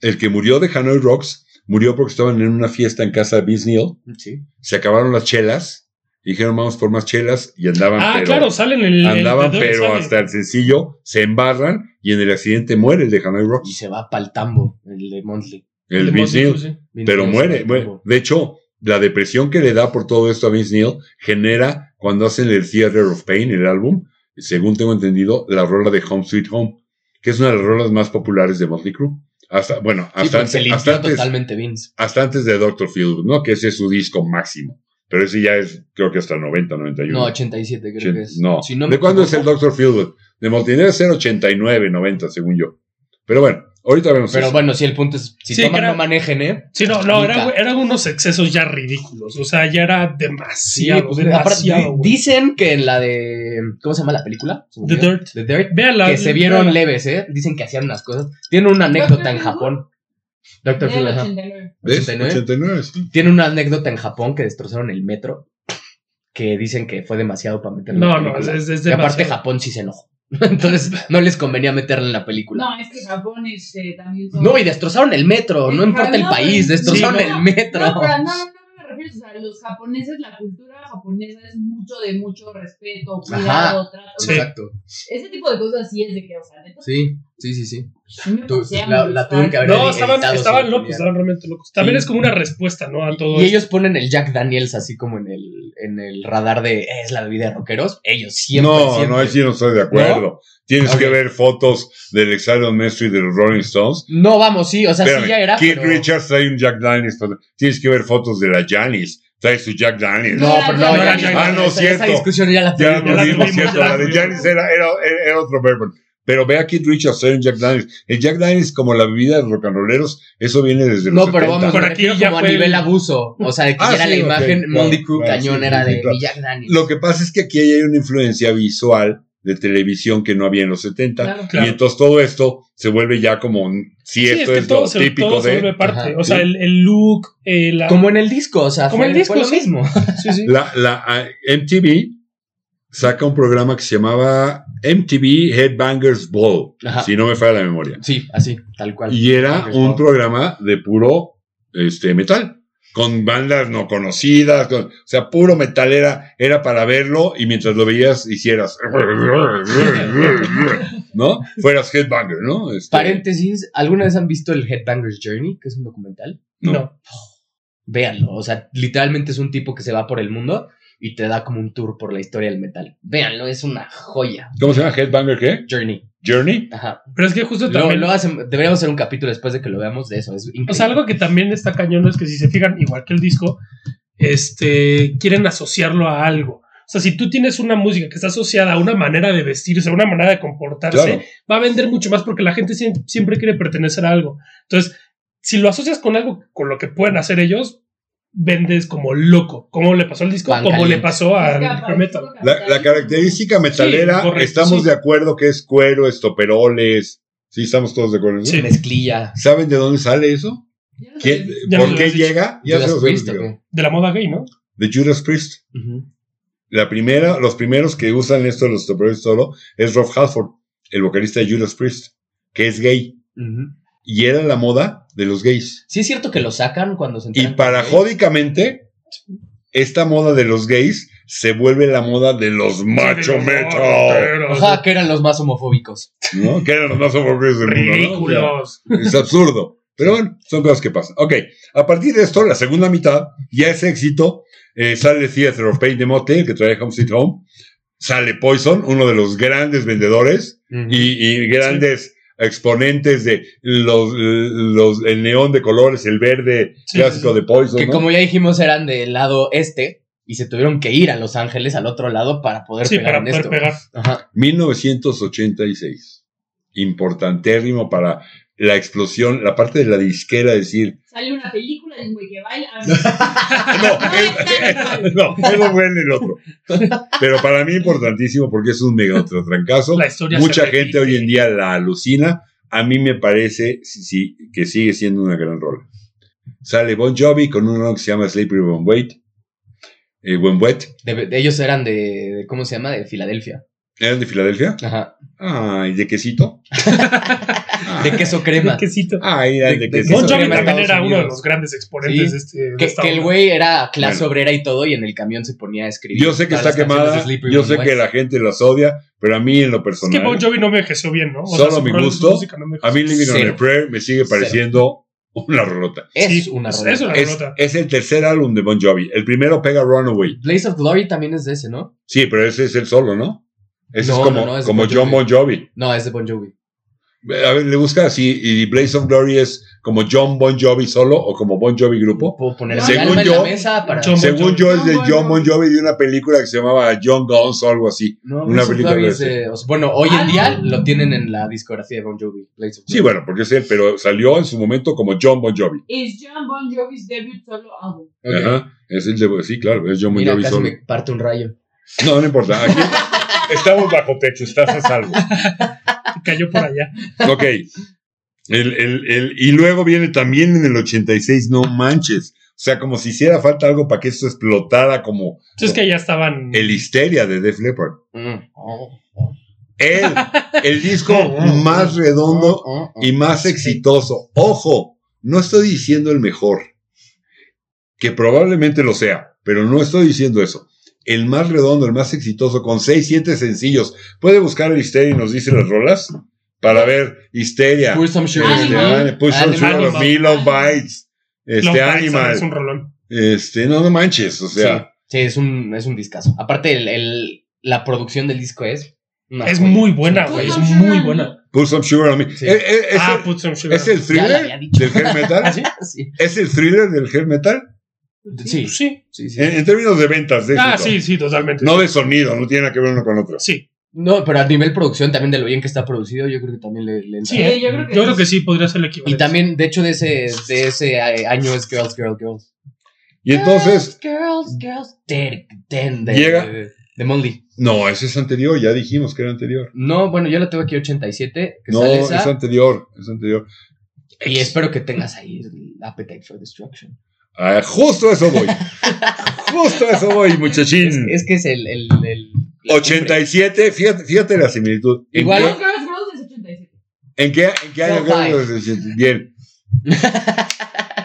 S1: El que murió de Hanoi Rocks murió porque estaban en una fiesta en casa de Vince Neil.
S2: Sí.
S1: se acabaron las chelas, y dijeron vamos por más chelas y andaban,
S3: Ah,
S1: pero,
S3: claro, salen en el.
S1: andaban
S3: el-
S1: pero
S3: sale.
S1: hasta el sencillo, se embarran y en el accidente muere el de Hanoi Rock,
S2: Y se va pa'l tambo, el de Monthly.
S1: el
S3: de
S1: Vince
S3: Motley
S1: Neil,
S3: Crue, sí.
S1: pero muere, muere. De hecho, la depresión que le da por todo esto a Vince Neil genera cuando hacen el Theater of Pain, el álbum, según tengo entendido, la rola de Home Sweet Home, que es una de las rolas más populares de Motley Crue. Hasta, bueno, hasta,
S2: se
S1: antes-
S2: limpió
S1: hasta antes,
S2: totalmente Vince.
S1: hasta antes de Doctor Field, ¿no? Que ese es su disco máximo. Pero ese ya es, creo que hasta 90, 91.
S2: No, 87 creo que es.
S1: No.
S2: Si no me
S1: ¿De cuándo es el
S2: equivoco.
S1: Dr. Fieldwood? De Montenegro es 089, 90, según yo. Pero bueno, ahorita vemos
S2: Pero
S1: eso.
S2: bueno, si el punto es, si
S3: Sí,
S2: toman
S3: creo-
S2: no manejen, ¿eh?
S3: Sí, no, no, era-
S2: Nunca.
S3: eran unos excesos ya ridículos. O sea, ya era demasiado.
S2: pues, aparte,
S3: demasiado, güey.
S2: dicen que en la de... ¿Cómo se llama la película? Se me
S3: The
S2: olvidó.
S3: Dirt.
S2: The Dirt.
S3: Véala,
S2: Que se vieron
S3: véala.
S2: leves, ¿eh? Dicen que hacían unas cosas. Tienen una anécdota en Japón. Doctor Phil, ajá.
S1: ¿Ves?
S2: 89.
S1: 89, sí.
S2: Tiene una anécdota en Japón que destrozaron el metro. Que dicen que fue demasiado para meterlo en la
S3: No, no, es,
S2: película.
S3: es, es
S2: Y aparte
S3: demasiado.
S2: Japón sí se enojó. Entonces no les convenía meterla en la película.
S4: No, es que Japón este, también.
S2: No,
S4: son-
S2: y destrozaron el metro. No
S4: Eh,
S2: importa el
S4: no,
S2: país,
S4: sí,
S2: destrozaron
S3: no.
S2: el metro.
S4: No, pero no, no, no me refiero. O sea, los japoneses, la cultura japonesa es mucho de mucho respeto, cuidado, trato. o sea,
S2: Exacto.
S4: Ese tipo de cosas sí es de que, o sea, neta,
S2: Sí, sí, sí, sí.
S4: sí me
S2: Tú-
S4: pasea
S2: la-
S4: muy
S2: la
S4: mal.
S2: tuvieron que haber-
S3: No,
S2: editado
S3: estaban,
S2: su
S3: estaban
S2: opinión.
S3: locos, estaban realmente locos. También es como una respuesta, ¿no? A todo
S2: Y
S3: esto.
S2: ellos ponen el Jack Daniels así como en el, en el radar de "Eh, es la bebida de rockeros. Ellos siempre.
S1: no,
S2: siempre.
S1: no, ahí sí no estoy de acuerdo. Tienes
S2: Ok.
S1: que ver fotos del Exiled Mestre y de los Rolling Stones.
S2: No, vamos, sí. O sea,
S1: Espérame,
S2: sí ya era.
S1: Keith
S2: pero-
S1: Richards trae un Jack Daniels. pero Tienes que ver fotos de la Janis. Trae su Jack Daniels.
S2: No, pero no, ya,
S4: No
S2: ya,
S3: era Jack
S2: ya,
S1: Daniels. Ah, no,
S2: esa-
S1: cierto.
S2: Esa discusión ya la
S1: Ya
S2: tuvimos.
S1: lo
S3: la
S1: dimos,
S3: tuvimos,
S1: ¿cierto?
S3: ya
S1: La
S3: la
S1: de
S3: tuvimos.
S1: Janis era, era, era- era otro bourbon. Pero ve a Keith Richards trae un Jack Daniels. El Jack Daniels, como la bebida de rock and rolleros, eso viene desde los
S2: No, pero
S1: 70.
S2: vamos,
S3: Por
S2: me
S3: aquí
S2: refiero
S3: ya
S2: como a
S3: fue
S2: nivel
S3: el-
S2: abuso. O sea, que
S1: Ah,
S2: era
S1: sí,
S2: la
S1: ok,
S2: imagen
S1: claro,
S2: Moldy Crew
S1: claro, sí,
S2: cañón
S1: sí,
S2: era
S1: sí,
S2: de
S1: claro.
S2: mi Jack Daniels.
S1: Lo que pasa es que aquí hay una influencia visual de televisión que no había en los 70.
S4: Claro.
S1: Y
S3: Claro.
S1: entonces todo esto se vuelve ya como, un- si
S3: Sí,
S1: esto
S3: que
S1: es, lo
S3: todo se-
S1: típico
S3: todo se
S1: de...
S3: vuelve parte.
S2: Ajá.
S3: o sea, el, el look, eh, la.
S2: Como en el disco, o sea,
S3: Como
S2: fue,
S3: en el
S2: fue
S3: disco,
S2: lo
S3: sí.
S2: mismo.
S3: Sí, sí.
S1: La, la ah, MTV saca un programa que se llamaba MTV Headbangers Ball,
S2: Ajá.
S1: si no me falla la memoria.
S2: Sí, así, tal cual.
S1: Y este- era
S2: Headbangers
S1: un
S2: Ball.
S1: programa de puro este, metal, con bandas no conocidas, con- o sea, puro metal era, era para verlo y mientras lo veías hicieras, ¿no? Fueras headbanger, ¿no? Este,
S2: Paréntesis, ¿alguna vez han visto el Headbanger's Journey, que es un documental?
S1: no.
S3: No.
S2: Véanlo, o sea, literalmente es un tipo que se va por el mundo y te da como un tour por la historia del metal. Véanlo, es una joya.
S1: ¿Cómo se llama? Headbanger, ¿qué?
S2: Journey.
S1: Journey.
S2: Ajá.
S3: Pero es que justo
S2: Lo,
S3: también.
S2: lo hacen- deberíamos hacer un capítulo después de que lo veamos de eso. Es increíble.
S3: O sea, algo que también está cañón es que si se fijan, igual que el disco, este, quieren asociarlo a algo. O sea, si tú tienes una música que está asociada a una manera de vestirse, a una manera de comportarse,
S1: Claro.
S3: va a vender mucho más porque la gente siem- siempre quiere pertenecer a algo. Entonces, si lo asocias con algo, con lo que pueden hacer ellos, vendes como loco. Como le pasó al disco,
S2: Pan
S3: como le
S2: caliente.
S3: pasó a
S4: Es que
S3: Necro Metal.
S4: aparece
S1: La, la característica metalera,
S3: Sí, correcto,
S1: estamos
S3: sí.
S1: de acuerdo que es cuero, estoperoles. Sí, estamos todos de acuerdo. ¿no?
S3: Sí.
S2: Mezclilla.
S1: ¿Saben de dónde sale eso?
S4: Ya lo
S1: ¿Quién-
S4: ves.
S3: Ya
S1: ¿Por
S3: nos
S1: qué
S3: habías dicho.
S1: llega? Ya
S2: ¿Judas
S1: se los
S2: Priest o
S1: olvidó.
S2: qué?
S3: De la moda gay, ¿no?
S1: De Judas Priest.
S2: Ujú.
S1: La primera, los primeros que usan esto de los estoperoles solo es Rob Halford, el vocalista de Judas Priest, que es gay.
S2: Ujú.
S1: Y era la moda de los gays.
S2: Sí es cierto que lo sacan cuando se
S1: Y
S2: enteran que-
S1: parajódicamente, esta moda de los gays se vuelve la moda de los macho
S3: Sí, de los
S1: metal.
S3: rockeros,
S2: Ajá, que eran los más homofóbicos.
S1: ¿no? Que eran los más aburridos del mundo, ¿no?
S3: Ridículos.
S1: Es absurdo. Pero bueno, son cosas que pasan. Ok, a partir de esto, la segunda mitad, ya es éxito. eh, sale Theater of Pain de Motel, que trae Home Sweet Home. Sale Poison, uno de los grandes vendedores y, y grandes exponentes de los, los- el neón de colores, el verde
S3: Sí,
S1: clásico
S3: sí,
S1: de Poison.
S2: que
S1: ¿no?
S2: como ya dijimos eran del lado este y se tuvieron que ir a Los Ángeles al otro lado para poder
S3: Sí,
S2: pegar
S3: para
S2: en
S3: poder
S2: esto.
S3: pegar.
S2: Ajá.
S1: 1986. Importantérrimo para la explosión, la parte de la disquera, decir,
S4: Sale una película de un güey que baila.
S1: No, es- no, eso fue en el otro. Pero para mí importantísimo porque es un mega otro trancazo.
S3: La historia se
S1: Mucha
S3: repite.
S1: gente hoy en día la alucina. A mí me parece sí, sí, que sigue siendo una gran rola. Sale Bon Jovi con un rock que se llama Slippery When Wet. Eh, When Wet.
S2: De- de- ellos eran de, de- ¿Cómo se llama? De Filadelfia.
S1: ¿Eran de Filadelfia?
S2: Ajá.
S1: Ay, de quesito.
S2: De queso crema.
S3: Un quesito.
S1: Ay, eran de,
S2: de- de
S1: quesito.
S3: Bon Jovi
S2: crema
S3: también
S2: Estados
S3: era uno de
S2: Unidos.
S3: los grandes exponentes
S2: Sí.
S3: de este. de
S2: Que,
S3: esta
S2: que el
S3: onda.
S2: güey era clase
S1: Bueno.
S2: obrera y todo y en el camión se ponía a escribir.
S1: Yo sé que
S2: todas
S1: está
S2: las canciones de
S1: quemada.
S2: Sleepy
S1: Yo
S2: When
S1: sé
S2: Wet.
S1: que la gente las odia. Pero a mí en lo
S3: Es
S1: personal.
S3: que Bon Jovi no me envejeció bien, ¿no?
S1: Solo
S3: su
S1: mi
S3: rol, su
S1: gusto.
S3: música no me
S1: A mí
S3: envejeció.
S1: Living on
S2: Cero.
S1: a Prayer me sigue pareciendo una rolota.
S2: Es
S3: Sí,
S2: una
S3: es-
S2: rola.
S3: es una-
S1: Es,
S3: rolota.
S1: es el tercer álbum de Bon Jovi. El primero pega Runaway.
S2: Blaze of Glory también es de ese, ¿no?
S1: Sí, pero ese es el solo, ¿no? Ese
S2: No,
S1: es como,
S2: no, no, es
S1: como
S2: Bon Jovi.
S1: John Bon Jovi.
S2: No, es de Bon Jovi.
S1: A ver, le busca así y Blaze of Glory es como John Bon Jovi solo o como Bon Jovi grupo.
S2: Oh, Puedo poner mi
S4: Según
S2: alma en
S1: yo-
S2: la mesa para.
S3: Yo- Bon
S1: Según
S3: Jovi.
S1: yo es de
S4: John
S1: John
S4: Bon
S1: Bon Jovi de una película que se llamaba John Guns o algo así.
S2: No,
S1: Una
S2: Blaze of
S1: película
S2: Glory
S1: de
S2: es de- o sea, bueno, hoy en día lo tienen en la discografía de Bon Jovi. Blaze of
S1: Sí,
S2: Glory.
S1: bueno, porque es él, pero salió en su momento como John Bon Jovi.
S4: Es John Bon Jovi's debut solo álbum.
S2: Ok.
S1: Ajá. Es el de- sí, claro, es John Bon
S2: Mira,
S1: Jovi
S2: casi
S1: solo.
S2: me parte un rayo.
S1: No, no importa. Aquí estamos bajo techo, estás a salvo.
S3: Cayó por allá.
S1: Ok. El, el- el- y luego viene también en el 86, no manches. O sea, como si hiciera falta algo para que esto explotara como
S3: Entonces es que ya estaban.
S1: el histeria de Def Leppard.
S2: Mm.
S1: El, el disco más redondo
S2: Oh, oh, oh.
S1: y más exitoso. Ojo, no estoy diciendo el mejor, que probablemente lo sea, pero no estoy diciendo eso. El más redondo, el más exitoso, con 6, 7 sencillos. Puede buscar el histeria y nos dice las rolas para ver histeria.
S2: Pour some sugar
S1: Este,
S2: on
S4: Animal.
S1: ah, le puso
S2: Animal.
S1: el sugar of me, Love Bites. Este
S3: Long Bites,
S1: Animal.
S3: Es un rolón.
S1: Este, no, no manches. O sea,
S2: Sí, sí, es un, es un discazo. Aparte, el, el- la producción del disco es. una
S3: Es
S2: joya.
S3: muy buena, güey. Es muy buena.
S1: Put Some Sugar on Me.
S2: Sí.
S1: Eh, eh, es,
S3: Ah,
S1: el-
S3: Put Some Sugar.
S1: es el
S2: Ya la
S1: thriller
S2: había dicho.
S1: del hair
S3: ¿Ah,
S1: metal.
S3: sí?
S2: Sí,
S1: ¿Es el thriller del hair metal?
S2: sí, sí.
S3: Sí.
S2: sí.
S1: En, en términos de ventas, de
S3: Ah,
S1: éxito.
S3: sí, sí, totalmente.
S1: No de sonido, no tiene nada que ver uno con otro.
S3: Sí.
S2: No, pero a nivel producción, también de lo bien que está producido, yo creo que también le, le entra.
S3: Sí,
S4: Eh,
S3: yo creo que, yo creo que sí podría ser el
S2: Y
S3: equivalente.
S2: también, de hecho, de ese, de ese eh, año es Girls, Girls, Girls. Ah.
S1: Y entonces,
S2: Girls, Girls, Ten, ten de,
S1: Llega-
S2: de, de Monley.
S1: no, ese es anterior, ya dijimos que era anterior.
S2: No, bueno, yo la tengo aquí 87, que
S1: No,
S2: sale
S1: es
S2: esa,
S1: anterior, es anterior.
S2: y espero que tengas ahí el Appetite for Destruction.
S1: Ah, justo a eso voy. justo a eso voy, muchachín.
S2: Es, es que es el... el, el la
S1: 87, fíjate, fíjate la similitud. ¿En
S2: Igual-
S1: qué-
S4: Girls, Girls, Girls es 87.
S1: ¿En qué, en qué año?
S2: Four, five.
S1: Bien.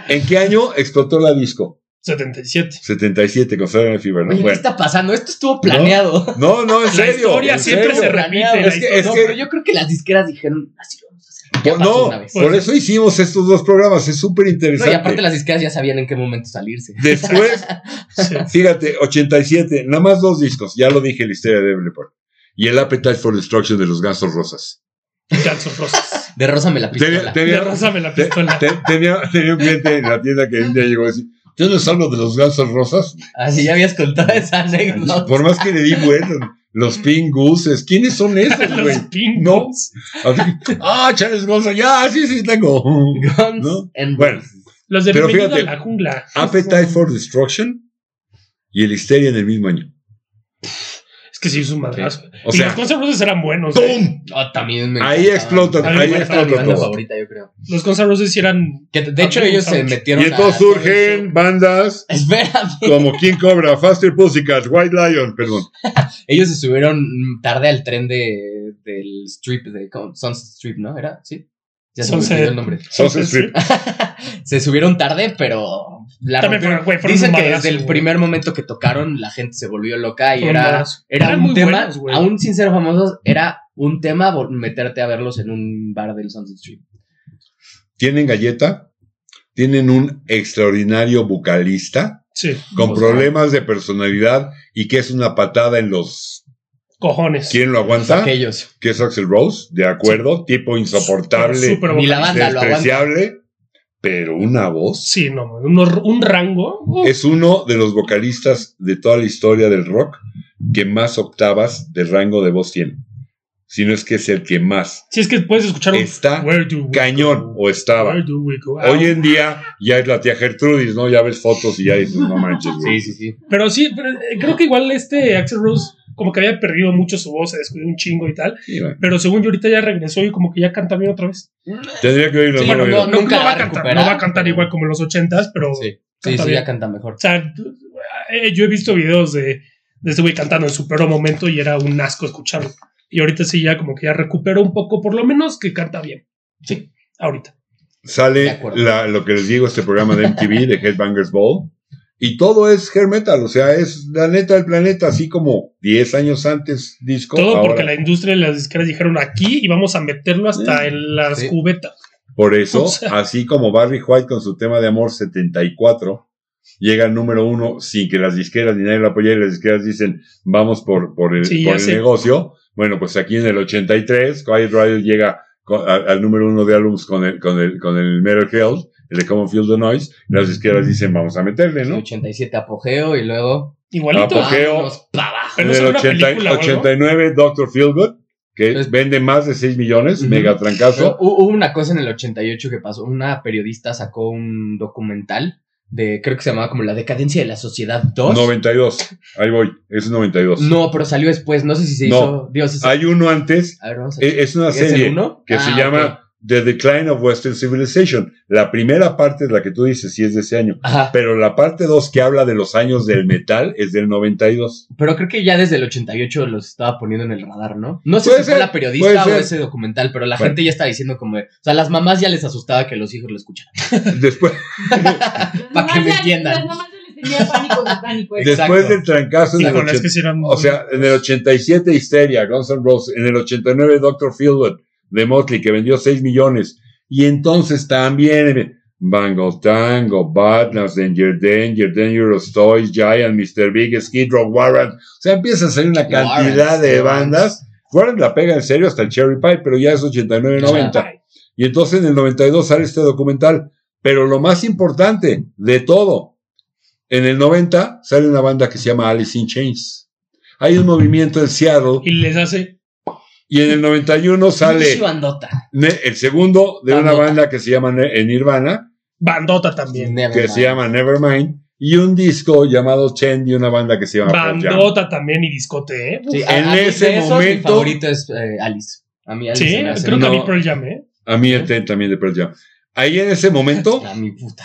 S1: ¿En qué año explotó la disco?
S3: 77.
S1: 77 con Saturday Fever,
S2: cumbre.
S1: ¿no?
S2: Oye, ¿qué
S1: Bueno.
S2: está pasando? Esto estuvo planeado.
S1: No, no, en serio.
S3: La historia
S1: en
S3: siempre
S1: serio.
S3: se repite.
S2: Planeado.
S3: la
S1: Es que-
S3: historia.
S2: No, pero yo creo que las disqueras dijeron, así lo vamos a hacer. Ya
S1: Por-
S2: pasó
S1: no,
S2: una vez.
S1: por eso hicimos estos dos programas, es súper
S2: No, y
S1: interesante.
S2: aparte las disqueras ya sabían en qué momento salirse.
S1: Después,
S3: Sí.
S1: fíjate, 87, nada más dos discos, ya lo dije, la historia de Everleport. Y el Appetite for Destruction de los Gansos Rosas.
S3: Guns N' Roses.
S2: De Rózame la
S1: Tenía,
S2: pistola.
S1: tenía-
S3: Derrózame la
S1: te-
S3: pistola.
S1: te- tenía- tenía un cliente en la tienda que un día llegó a decir, yo les hablo de los Gansos Rosas.
S2: Así ya habías contado esa anécdota.
S1: Por más que le di vuelo, los pinguses, ¿quiénes son esos, güey?
S3: Los Pink
S1: No.
S3: Guns.
S1: Así que, Ah, Charles González, ya, sí, sí, tengo.
S2: Guns
S1: ¿No?
S2: and
S1: Bueno,
S2: Roses.
S3: Los de
S1: Pero
S3: Bienvenido
S1: fíjate,
S3: a la Jungla.
S1: Appetite for Destruction y el Histeria en el mismo año.
S3: Es que sí, es un madrazo.
S1: O
S3: y
S1: sea,
S3: los Guns N' Roses eran buenos. eh.
S1: ¡pum!
S2: Ah, también me
S1: Ahí
S2: encantaba.
S1: explotan,
S2: A mí me
S3: ahí
S2: encantaba mi
S1: explotan
S2: banda
S1: todo.
S2: favorita, yo creo.
S3: Los Guns N' Roses sí eran.
S2: Que, de hecho,
S3: A mí me
S2: ellos
S3: gusta
S2: se
S3: mucho.
S2: metieron.
S1: Y entonces
S2: a-
S1: surgen bandas
S2: Espérame.
S1: como King Cobra, Faster Pussycat, White Lion, perdón.
S2: Ellos se subieron mm, tarde al tren de, del strip, de ¿cómo? Sunset Strip, ¿no? ¿Era? Sí. Ya se me
S3: Sunset.
S2: olvidó el nombre.
S1: Sunset Strip.
S2: se subieron tarde, pero la
S3: También
S2: rompieron.
S3: fueron- güey, fueron
S2: Dicen
S3: un
S2: que
S3: madrazo,
S2: desde el
S3: güey.
S2: primer momento que tocaron, la gente se volvió loca y
S3: Fueron un
S2: era,
S3: madrazo.
S2: era
S3: Eran
S2: un
S3: muy
S2: tema,
S3: buenos, güey.
S2: aún sin ser famosos, era un tema vol- meterte a verlos en un bar del Sunset Strip.
S1: Tienen galleta, tienen un extraordinario vocalista
S3: Sí,
S1: con
S2: Oscar.
S1: problemas de personalidad y que es una patada en los...
S3: cojones.
S1: ¿Quién lo
S3: ¿Ah?
S1: aguanta?
S2: Aquellos.
S1: Que es Axel Rose, de acuerdo, tipo insoportable,
S3: Súper
S2: Ni la
S3: vocalista.
S2: banda lo aguanta.
S1: despreciable, pero una voz.
S3: Sí, no, un, hor- un rango. uh,
S1: Es uno de los vocalistas de toda la historia del rock que más octavas de rango de voz tiene. Si no es que es el que más
S3: Si es que puedes escuchar un.
S1: está
S3: Where do we
S1: cañón
S3: go?
S1: o estaba.
S3: Where do we go? Ah,
S1: Hoy en día ya es la tía Gertrudis, ¿no? Ya ves fotos y ya dices, no manches, güey.
S2: Sí, sí, sí.
S3: Ah, Pero sí, pero, eh, creo que igual este Axel Rose como que había perdido mucho su voz, se descuidó un chingo y tal.
S1: Sí, güey.
S3: Pero según yo ahorita ya regresó y como que ya canta bien otra vez.
S1: Tendría que oírlo
S2: Sí,
S1: mano,
S2: no,
S1: güey.
S2: nunca la
S3: no va a
S2: va a
S3: cantar,
S2: recuperar.
S3: no va a cantar igual como en los ochentas, pero...
S2: Sí, sí,
S3: Canta
S2: sí,
S3: Oh, bien.
S2: ya canta mejor.
S3: O sea, eh, yo he visto videos de, de este güey cantando en su peor momento y era un asco escucharlo. Y ahorita sí ya como que ya recuperó un poco, por lo menos que canta bien.
S2: Sí.
S3: Ahorita.
S2: De
S1: Sale
S2: acuerdo.
S1: la- lo que les digo, este programa de MTV, de Headbangers Ball. Y todo es hair metal, o sea, es la neta del planeta, así como 10 años antes disco.
S3: Todo
S1: ahora.
S3: porque la industria y las disqueras dijeron aquí y vamos a meterlo hasta en las
S2: Sí.
S3: cubetas.
S1: Por eso,
S3: O sea.
S1: así como Barry White con su tema de amor 74, llega al número uno sin que las disqueras ni nadie lo apoye y las disqueras dicen, vamos por, por el,
S3: Sí,
S1: por
S3: ya
S1: el
S3: sé.
S1: negocio. Bueno, pues aquí en el 83, Quiet Riot llega co- a- al número uno de álbums con el, con el, con el Metal Health, el de Common Field the Noise, y las disqueras dicen, vamos a meterle, ¿no?
S2: 87 apogeo y luego.
S3: Igualito.
S1: Ah, Apogeo.
S2: para abajo.
S3: Pero
S1: En
S3: no
S1: el
S3: sale una
S1: 80
S3: película o algo.
S1: 89, Dr. Feelgood, que
S2: Es-
S1: vende más de 6 millones,
S2: Ujú.
S1: mega trancazo.
S2: Pero hu- Hubo una cosa en el 88 que pasó. Una periodista sacó un documental de, creo que se llamaba como La decadencia de la sociedad 2.
S1: 92, ahí voy, es 92.
S2: No, pero salió después. No sé si se
S1: No.
S2: hizo. Dios, sí se-
S1: Hay uno antes
S2: a ver, vamos a
S1: Es, es una
S2: ¿Es el
S1: serie
S2: uno?
S1: que
S2: Ah,
S1: se
S2: ok.
S1: llama The Decline of Western Civilization. La primera parte es la que tú dices, sí es de ese año.
S2: Ajá,
S1: Pero la parte 2 que habla de los años del metal es del 92.
S2: pero creo que ya desde el 88 los estaba poniendo en el radar, ¿no? No sé
S1: Puede
S2: si fue
S1: ser,
S2: la periodista
S1: puede
S2: o
S1: ser.
S2: ese documental, pero la
S1: Bueno.
S2: gente ya está diciendo como, de- o sea, las mamás ya les asustaba que los hijos lo escucharan.
S1: Después,
S2: Pa' que me
S4: Las mamás ya-
S2: entiendan.
S4: Las mamás ya les tenía pánico satánico. ¿eh?
S2: Exacto.
S1: después del trancazo en el
S3: Híjole, es
S1: 80
S3: que sí eran-
S1: o sea, en el 87 Histeria, Guns N' Roses, en el 89 Dr. Fieldwood de Motley que vendió 6 millones. Y entonces también Bango Tango, Badlands, Danger Danger, Dangerous Toys, Giant, Mr. Big, Skid Row, Warren. O sea, empieza a salir una cantidad
S2: Warrant,
S1: de
S2: Warrant.
S1: bandas. Warren la pega en serio hasta el Cherry Pie, pero ya es 89-90. Y entonces en el 92 sale este documental. Pero lo más importante de todo, en el 90 sale una banda que se llama Alice in Chains. Hay un movimiento en Seattle
S3: Y les hace...
S1: y en el 91
S2: Pinche
S1: sale
S2: bandota.
S1: ne- el segundo de una
S2: Bandota.
S1: banda que se llama Ne- en Nirvana,
S3: Bandota también.
S2: Never
S1: que se
S2: mind.
S1: llama Nevermind, y un disco llamado Ten de una banda que se llama Pearl Jam.
S3: Bandota también y discote, ¿eh?
S2: Sí,
S1: en
S2: a, a mí
S1: ese
S2: de esos, Mi
S1: momento-
S2: favorito es eh, Alice. A mí Alice
S3: Sí,
S2: se me hace-
S3: creo que a mí
S1: No.
S3: Pearl Jam, ¿eh?
S1: A mí el Ten también de Pearl Jam. Ahí en ese momento,
S2: A mi puta.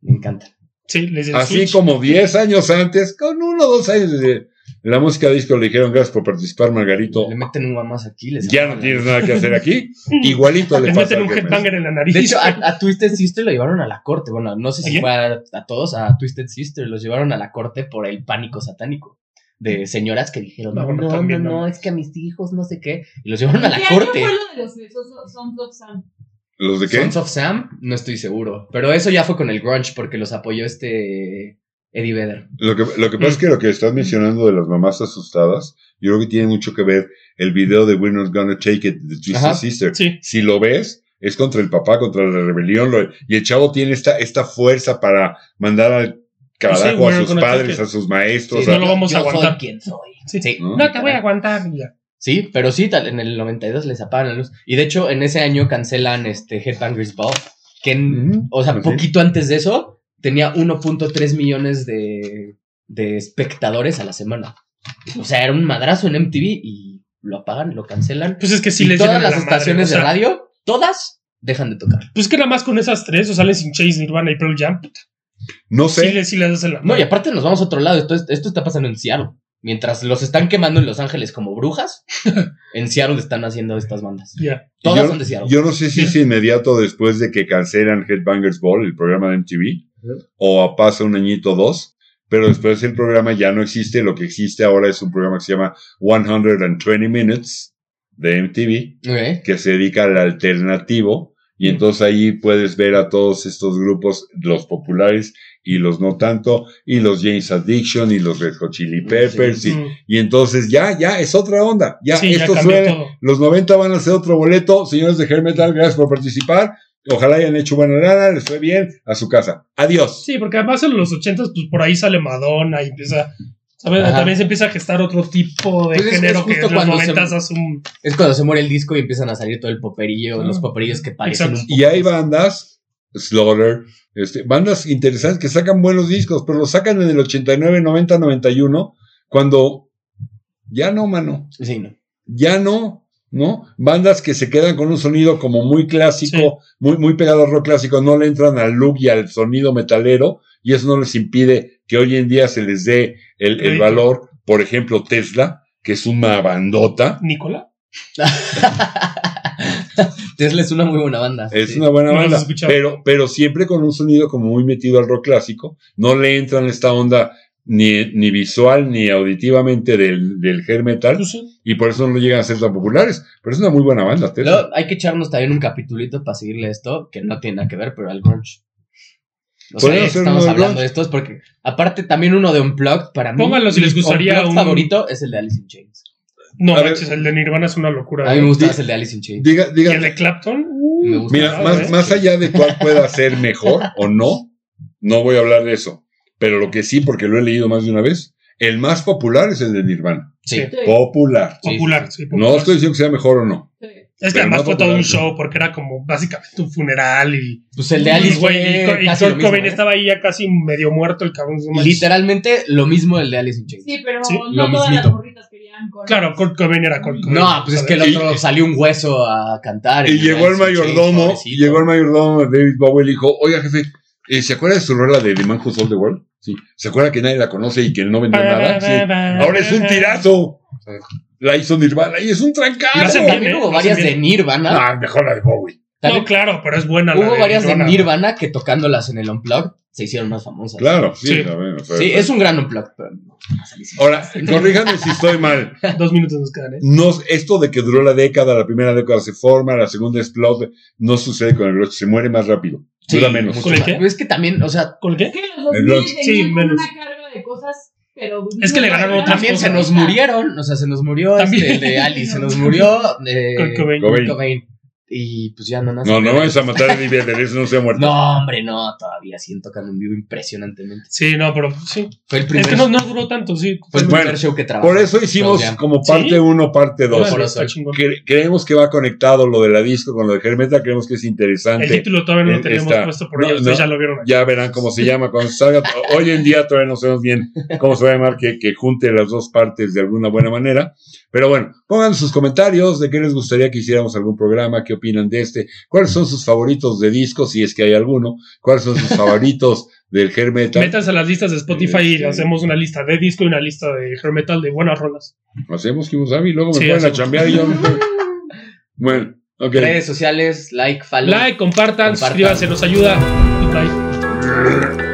S2: Me encanta.
S3: Sí, les
S1: así
S3: Switch.
S1: como 10 años antes, con uno o dos años de la música disco, le dijeron gracias por participar, Margarito.
S2: Le meten un guamás aquí. Les
S1: Ya no tienes nada que hacer aquí. Igualito le
S3: Les
S1: pasa
S3: meten
S1: al
S3: un
S1: que me-
S3: headbanger en la nariz.
S2: De hecho, a, a Twisted Sister lo llevaron a la corte. Bueno, no sé
S3: ¿A
S2: si
S3: quién?
S2: fue a, a todos, a Twisted Sister los llevaron a la corte por el pánico satánico. De señoras que dijeron,
S3: No,
S2: no,
S3: bueno,
S2: no, no,
S3: también, no.
S2: no, es que a mis hijos, no sé qué. Y los llevaron a la
S4: ¿Qué año
S2: corte.
S4: fue lo de los esos son- son Top Sam?
S1: ¿Los de qué?
S2: Sons of Sam, no estoy seguro. Pero eso ya fue con el grunge porque los apoyó este Eddie Vedder.
S1: Lo que, lo que pasa es que lo que estás
S3: Mm.
S1: mencionando de las mamás asustadas, yo creo que tiene mucho que ver el video de We're Not Gonna Take It de Twisted
S2: Ajá.
S1: Sister.
S3: sí.
S1: Si lo ves, es contra el papá, contra la rebelión, lo- y el chavo tiene esta, esta fuerza para mandar al
S3: Sí,
S1: carajo
S3: we're
S1: a sus
S3: gonna
S1: padres,
S3: take
S1: a
S3: it.
S1: sus maestros.
S3: Sí,
S1: a-
S3: no lo vamos a
S2: yo
S3: aguantar.
S2: Soy quien soy.
S3: Sí.
S2: Sí.
S1: ¿no?
S3: No te voy a aguantar. mira.
S2: Sí, pero sí, tal- en el 92 les apagan la luz. Y de hecho, en ese año cancelan este Headbangers Ball, que, en-
S1: Ujú,
S2: o sea,
S1: pues sí.
S2: poquito antes de eso, tenía 1.3 millones de, de espectadores a la semana. O sea, era un madrazo en MTV y lo apagan, lo cancelan.
S3: Pues es que sí
S2: y
S3: les
S2: todas
S3: llegan a
S2: las
S3: la madre,
S2: estaciones
S3: o sea,
S2: de radio, todas dejan de tocar.
S3: Pues que nada más con esas tres, o salen sin Chase, Nirvana y Pearl Jam.
S1: No
S3: Sí,
S1: sé.
S3: les, sí les hacen la
S2: Pues No, y aparte nos vamos a otro lado. Esto, es- esto está pasando en Seattle. Mientras los están quemando en Los Ángeles como brujas, en Seattle están haciendo estas bandas.
S3: Ya.
S2: Todas
S1: yo,
S2: son de Seattle.
S1: yo no sé si es inmediato después de que cancelan Headbangers Ball, el programa de MTV, o pasa un añito o dos, pero después el programa ya no existe. Lo que existe ahora es un programa que se llama 120 Minutes de MTV,
S2: Ok.
S1: que se dedica al alternativo. Y entonces ahí puedes ver a todos estos grupos, los populares y los no tanto, y los James Addiction y los Red Hot Chili Peppers. y-
S3: Mm.
S1: Y, entonces ya, ya es otra onda. Ya
S3: Sí, ya
S1: esto
S3: cambió
S1: suena,
S3: todo.
S1: los 90 van a hacer otro boleto. Señores de Hermetal, gracias por participar. Ojalá hayan hecho buena lana, les fue bien. A su casa. Adiós.
S3: Sí, porque además en los ochentas, pues por ahí sale Madonna y empieza. ¿sabes?
S2: Ajá.
S3: También se empieza a gestar otro tipo de
S2: Pues es-
S3: género
S2: es
S3: que
S2: justo
S3: en los
S2: cuando se-
S3: noventas hace un.
S2: Es cuando se muere el disco y empiezan a salir todo el poperillo, los poperillos que parecen
S3: Exacto.
S2: un
S1: Ah, Y hay bandas, Slaughter, este, bandas interesantes que sacan buenos discos, pero los sacan en el 89, 90, 91, cuando ya no, mano,
S2: Sí, no.
S1: ya no, ¿no? Bandas que se quedan con un sonido como muy clásico,
S3: Sí.
S1: muy, muy pegado al rock clásico, no le entran al look y al sonido metalero, y eso no les impide que hoy en día se les dé el, el
S3: Sí.
S1: valor, por ejemplo, Tesla, que es una bandota,
S3: Nicola.
S2: Tesla es una muy buena banda.
S1: es
S2: sí.
S1: una buena
S3: No los
S1: banda,
S3: escuchaba.
S1: pero, pero siempre con un sonido como muy metido al rock clásico, no le entran esta onda ni, ni visual ni auditivamente del, del hair metal,
S3: Pues sí.
S1: y por eso no llegan a ser tan populares, pero es una muy buena banda, Tesla.
S2: Luego, hay que echarnos también un capitulito para seguirle esto, que no tiene nada que ver, pero al grunge. O sea,
S1: Podemos hacer uno
S2: estamos
S1: del
S2: hablando
S1: grunge.
S2: de estos porque, aparte, también uno de Unplugged, para mí,
S3: Pónganlo si les
S2: mi
S3: gustaría
S2: Unplugged
S3: un-
S2: favorito es el de Alice in Chains.
S3: No,
S1: A ver.
S3: manches, el de Nirvana es una locura.
S2: A mí me
S3: ¿eh?
S2: gusta
S1: Di-
S2: más el de Alice in Chains.
S1: Diga,
S3: Y
S1: diga-
S3: el de Clapton.
S2: Me
S3: uh,
S2: gusta
S1: Mira,
S3: Ah,
S1: más,
S3: bueno.
S1: más allá de cuál pueda ser mejor o no, no voy a hablar de eso. Pero lo que sí, porque lo he leído más de una vez, el más popular es el de Nirvana.
S2: Sí.
S3: sí.
S1: Popular.
S2: Sí,
S3: Popular, sí, popular.
S1: No estoy diciendo que sea mejor o no.
S3: Es
S1: pero
S3: que además
S1: no
S3: fue todo un
S1: popular,
S3: show porque era como básicamente un funeral y.
S2: Pues el de Alice
S3: y, güey, y
S2: fue
S3: Co- y
S2: casi lo
S3: Kurt
S2: mismo,
S3: Cobain
S2: ¿eh?
S3: estaba ahí ya casi medio muerto el cabrón. no manches.
S2: Literalmente lo mismo el de Alice in Chains.
S4: Sí, pero
S3: Sí,
S2: lo
S4: no todas las
S2: mismito.
S4: morritas querían con.
S3: Claro, Kurt Cobain era Kurt Cobain.
S2: No, pues es que el
S1: Y-
S2: otro salió un hueso a
S3: Ah,
S2: cantar.
S1: Y llegó el
S2: Alice in Chains,
S1: mayordomo,
S2: pobrecito.
S1: y llegó el mayordomo de David Bowie y le dijo, oiga jefe, eh, ¿se acuerda de su rola de The Man Who Sold the World? Sí. ¿Se acuerda que nadie la conoce y que no vendió nada? Sí. Ahora es un tirazo. La hizo Nirvana y es un
S3: Lo
S1: trancazo.
S3: hacen bien,
S2: También
S3: ¿eh?
S2: hubo
S3: Lo
S2: varias
S3: hacen
S2: de
S3: bien.
S2: Nirvana.
S1: Ah, mejor la de Bowie.
S2: También
S3: No, claro, pero es buena. la
S2: hubo varias de
S3: Nirvana.
S2: Nirvana que tocándolas en el Unplugged se hicieron más famosas.
S1: Claro, sí.
S3: Sí.
S1: a ver, o sea,
S2: Sí, es un gran Unplugged, pero no, más Alice in Chains.
S1: Ahora, corríjame si estoy mal.
S3: Dos minutos nos quedan, ¿eh?
S1: no, esto de que duró la década, la primera década se forma, la segunda explota, no sucede con el grunge, se muere más rápido,
S2: Sí,
S1: dura menos.
S2: mucho
S3: ¿Con el
S2: más.
S3: qué?
S2: Pero Es que también, o sea,
S3: ¿Con
S4: Es
S3: qué?
S4: que los
S1: El
S4: 2000
S1: Bronx.
S4: tenían
S3: Sí,
S4: con
S3: menos.
S4: una carga de cosas, pero.
S3: Es que le ganaron otras
S2: también se nos
S3: cosas.
S2: murieron. O sea, se nos murió
S3: Ah, pues, También.
S2: este, el de Alice, se nos murió eh,
S3: Kurt Cobain.
S1: Cobain.
S2: Kurt Cobain. Y pues ya no nace.
S1: No, no vayas a matar a Eddie Vedder, eso no se ha muerto.
S2: No, hombre, no, todavía siguen tocando en vivo impresionantemente.
S3: Sí, no, pero sí.
S2: Fue el
S3: Es
S2: primer,
S3: que no, no duró tanto, sí.
S2: fue el
S1: Bueno,
S2: primer show que trabajó.
S1: Por eso hicimos
S2: Pearl Jam.
S1: como parte 1, parte 2.
S2: Órale.
S3: está chingón.
S1: creemos que va conectado lo de la disco con lo de Hermeta, creemos que es
S3: El
S1: interesante.
S3: título todavía no lo
S1: Eh,
S3: teníamos
S1: está-
S3: puesto, pero
S1: no,
S3: ya, ustedes
S1: no.
S3: ya lo vieron.
S1: Ya verán cómo se llama cuando salga. Hoy en día todavía no sabemos bien cómo se va a llamar, que, que junte las dos partes de alguna buena manera. Pero bueno, pongan sus comentarios de qué les gustaría que hiciéramos algún programa, qué opinan de este, cuáles son sus favoritos de discos, si es que hay alguno, cuáles son sus favoritos del hair metal.
S3: Métanse a las listas de Spotify y
S1: Este-
S3: hacemos una lista de disco y una lista de hair metal de buenas rolas.
S1: Hacemos que y luego me
S3: Sí,
S1: ponen a
S3: hacemos.
S1: chambear y yo. Bueno, ok.
S2: Redes sociales, like, follow.
S3: Like, compartan,
S2: Compartan.
S3: suscríbanse, nos ayuda. Bye.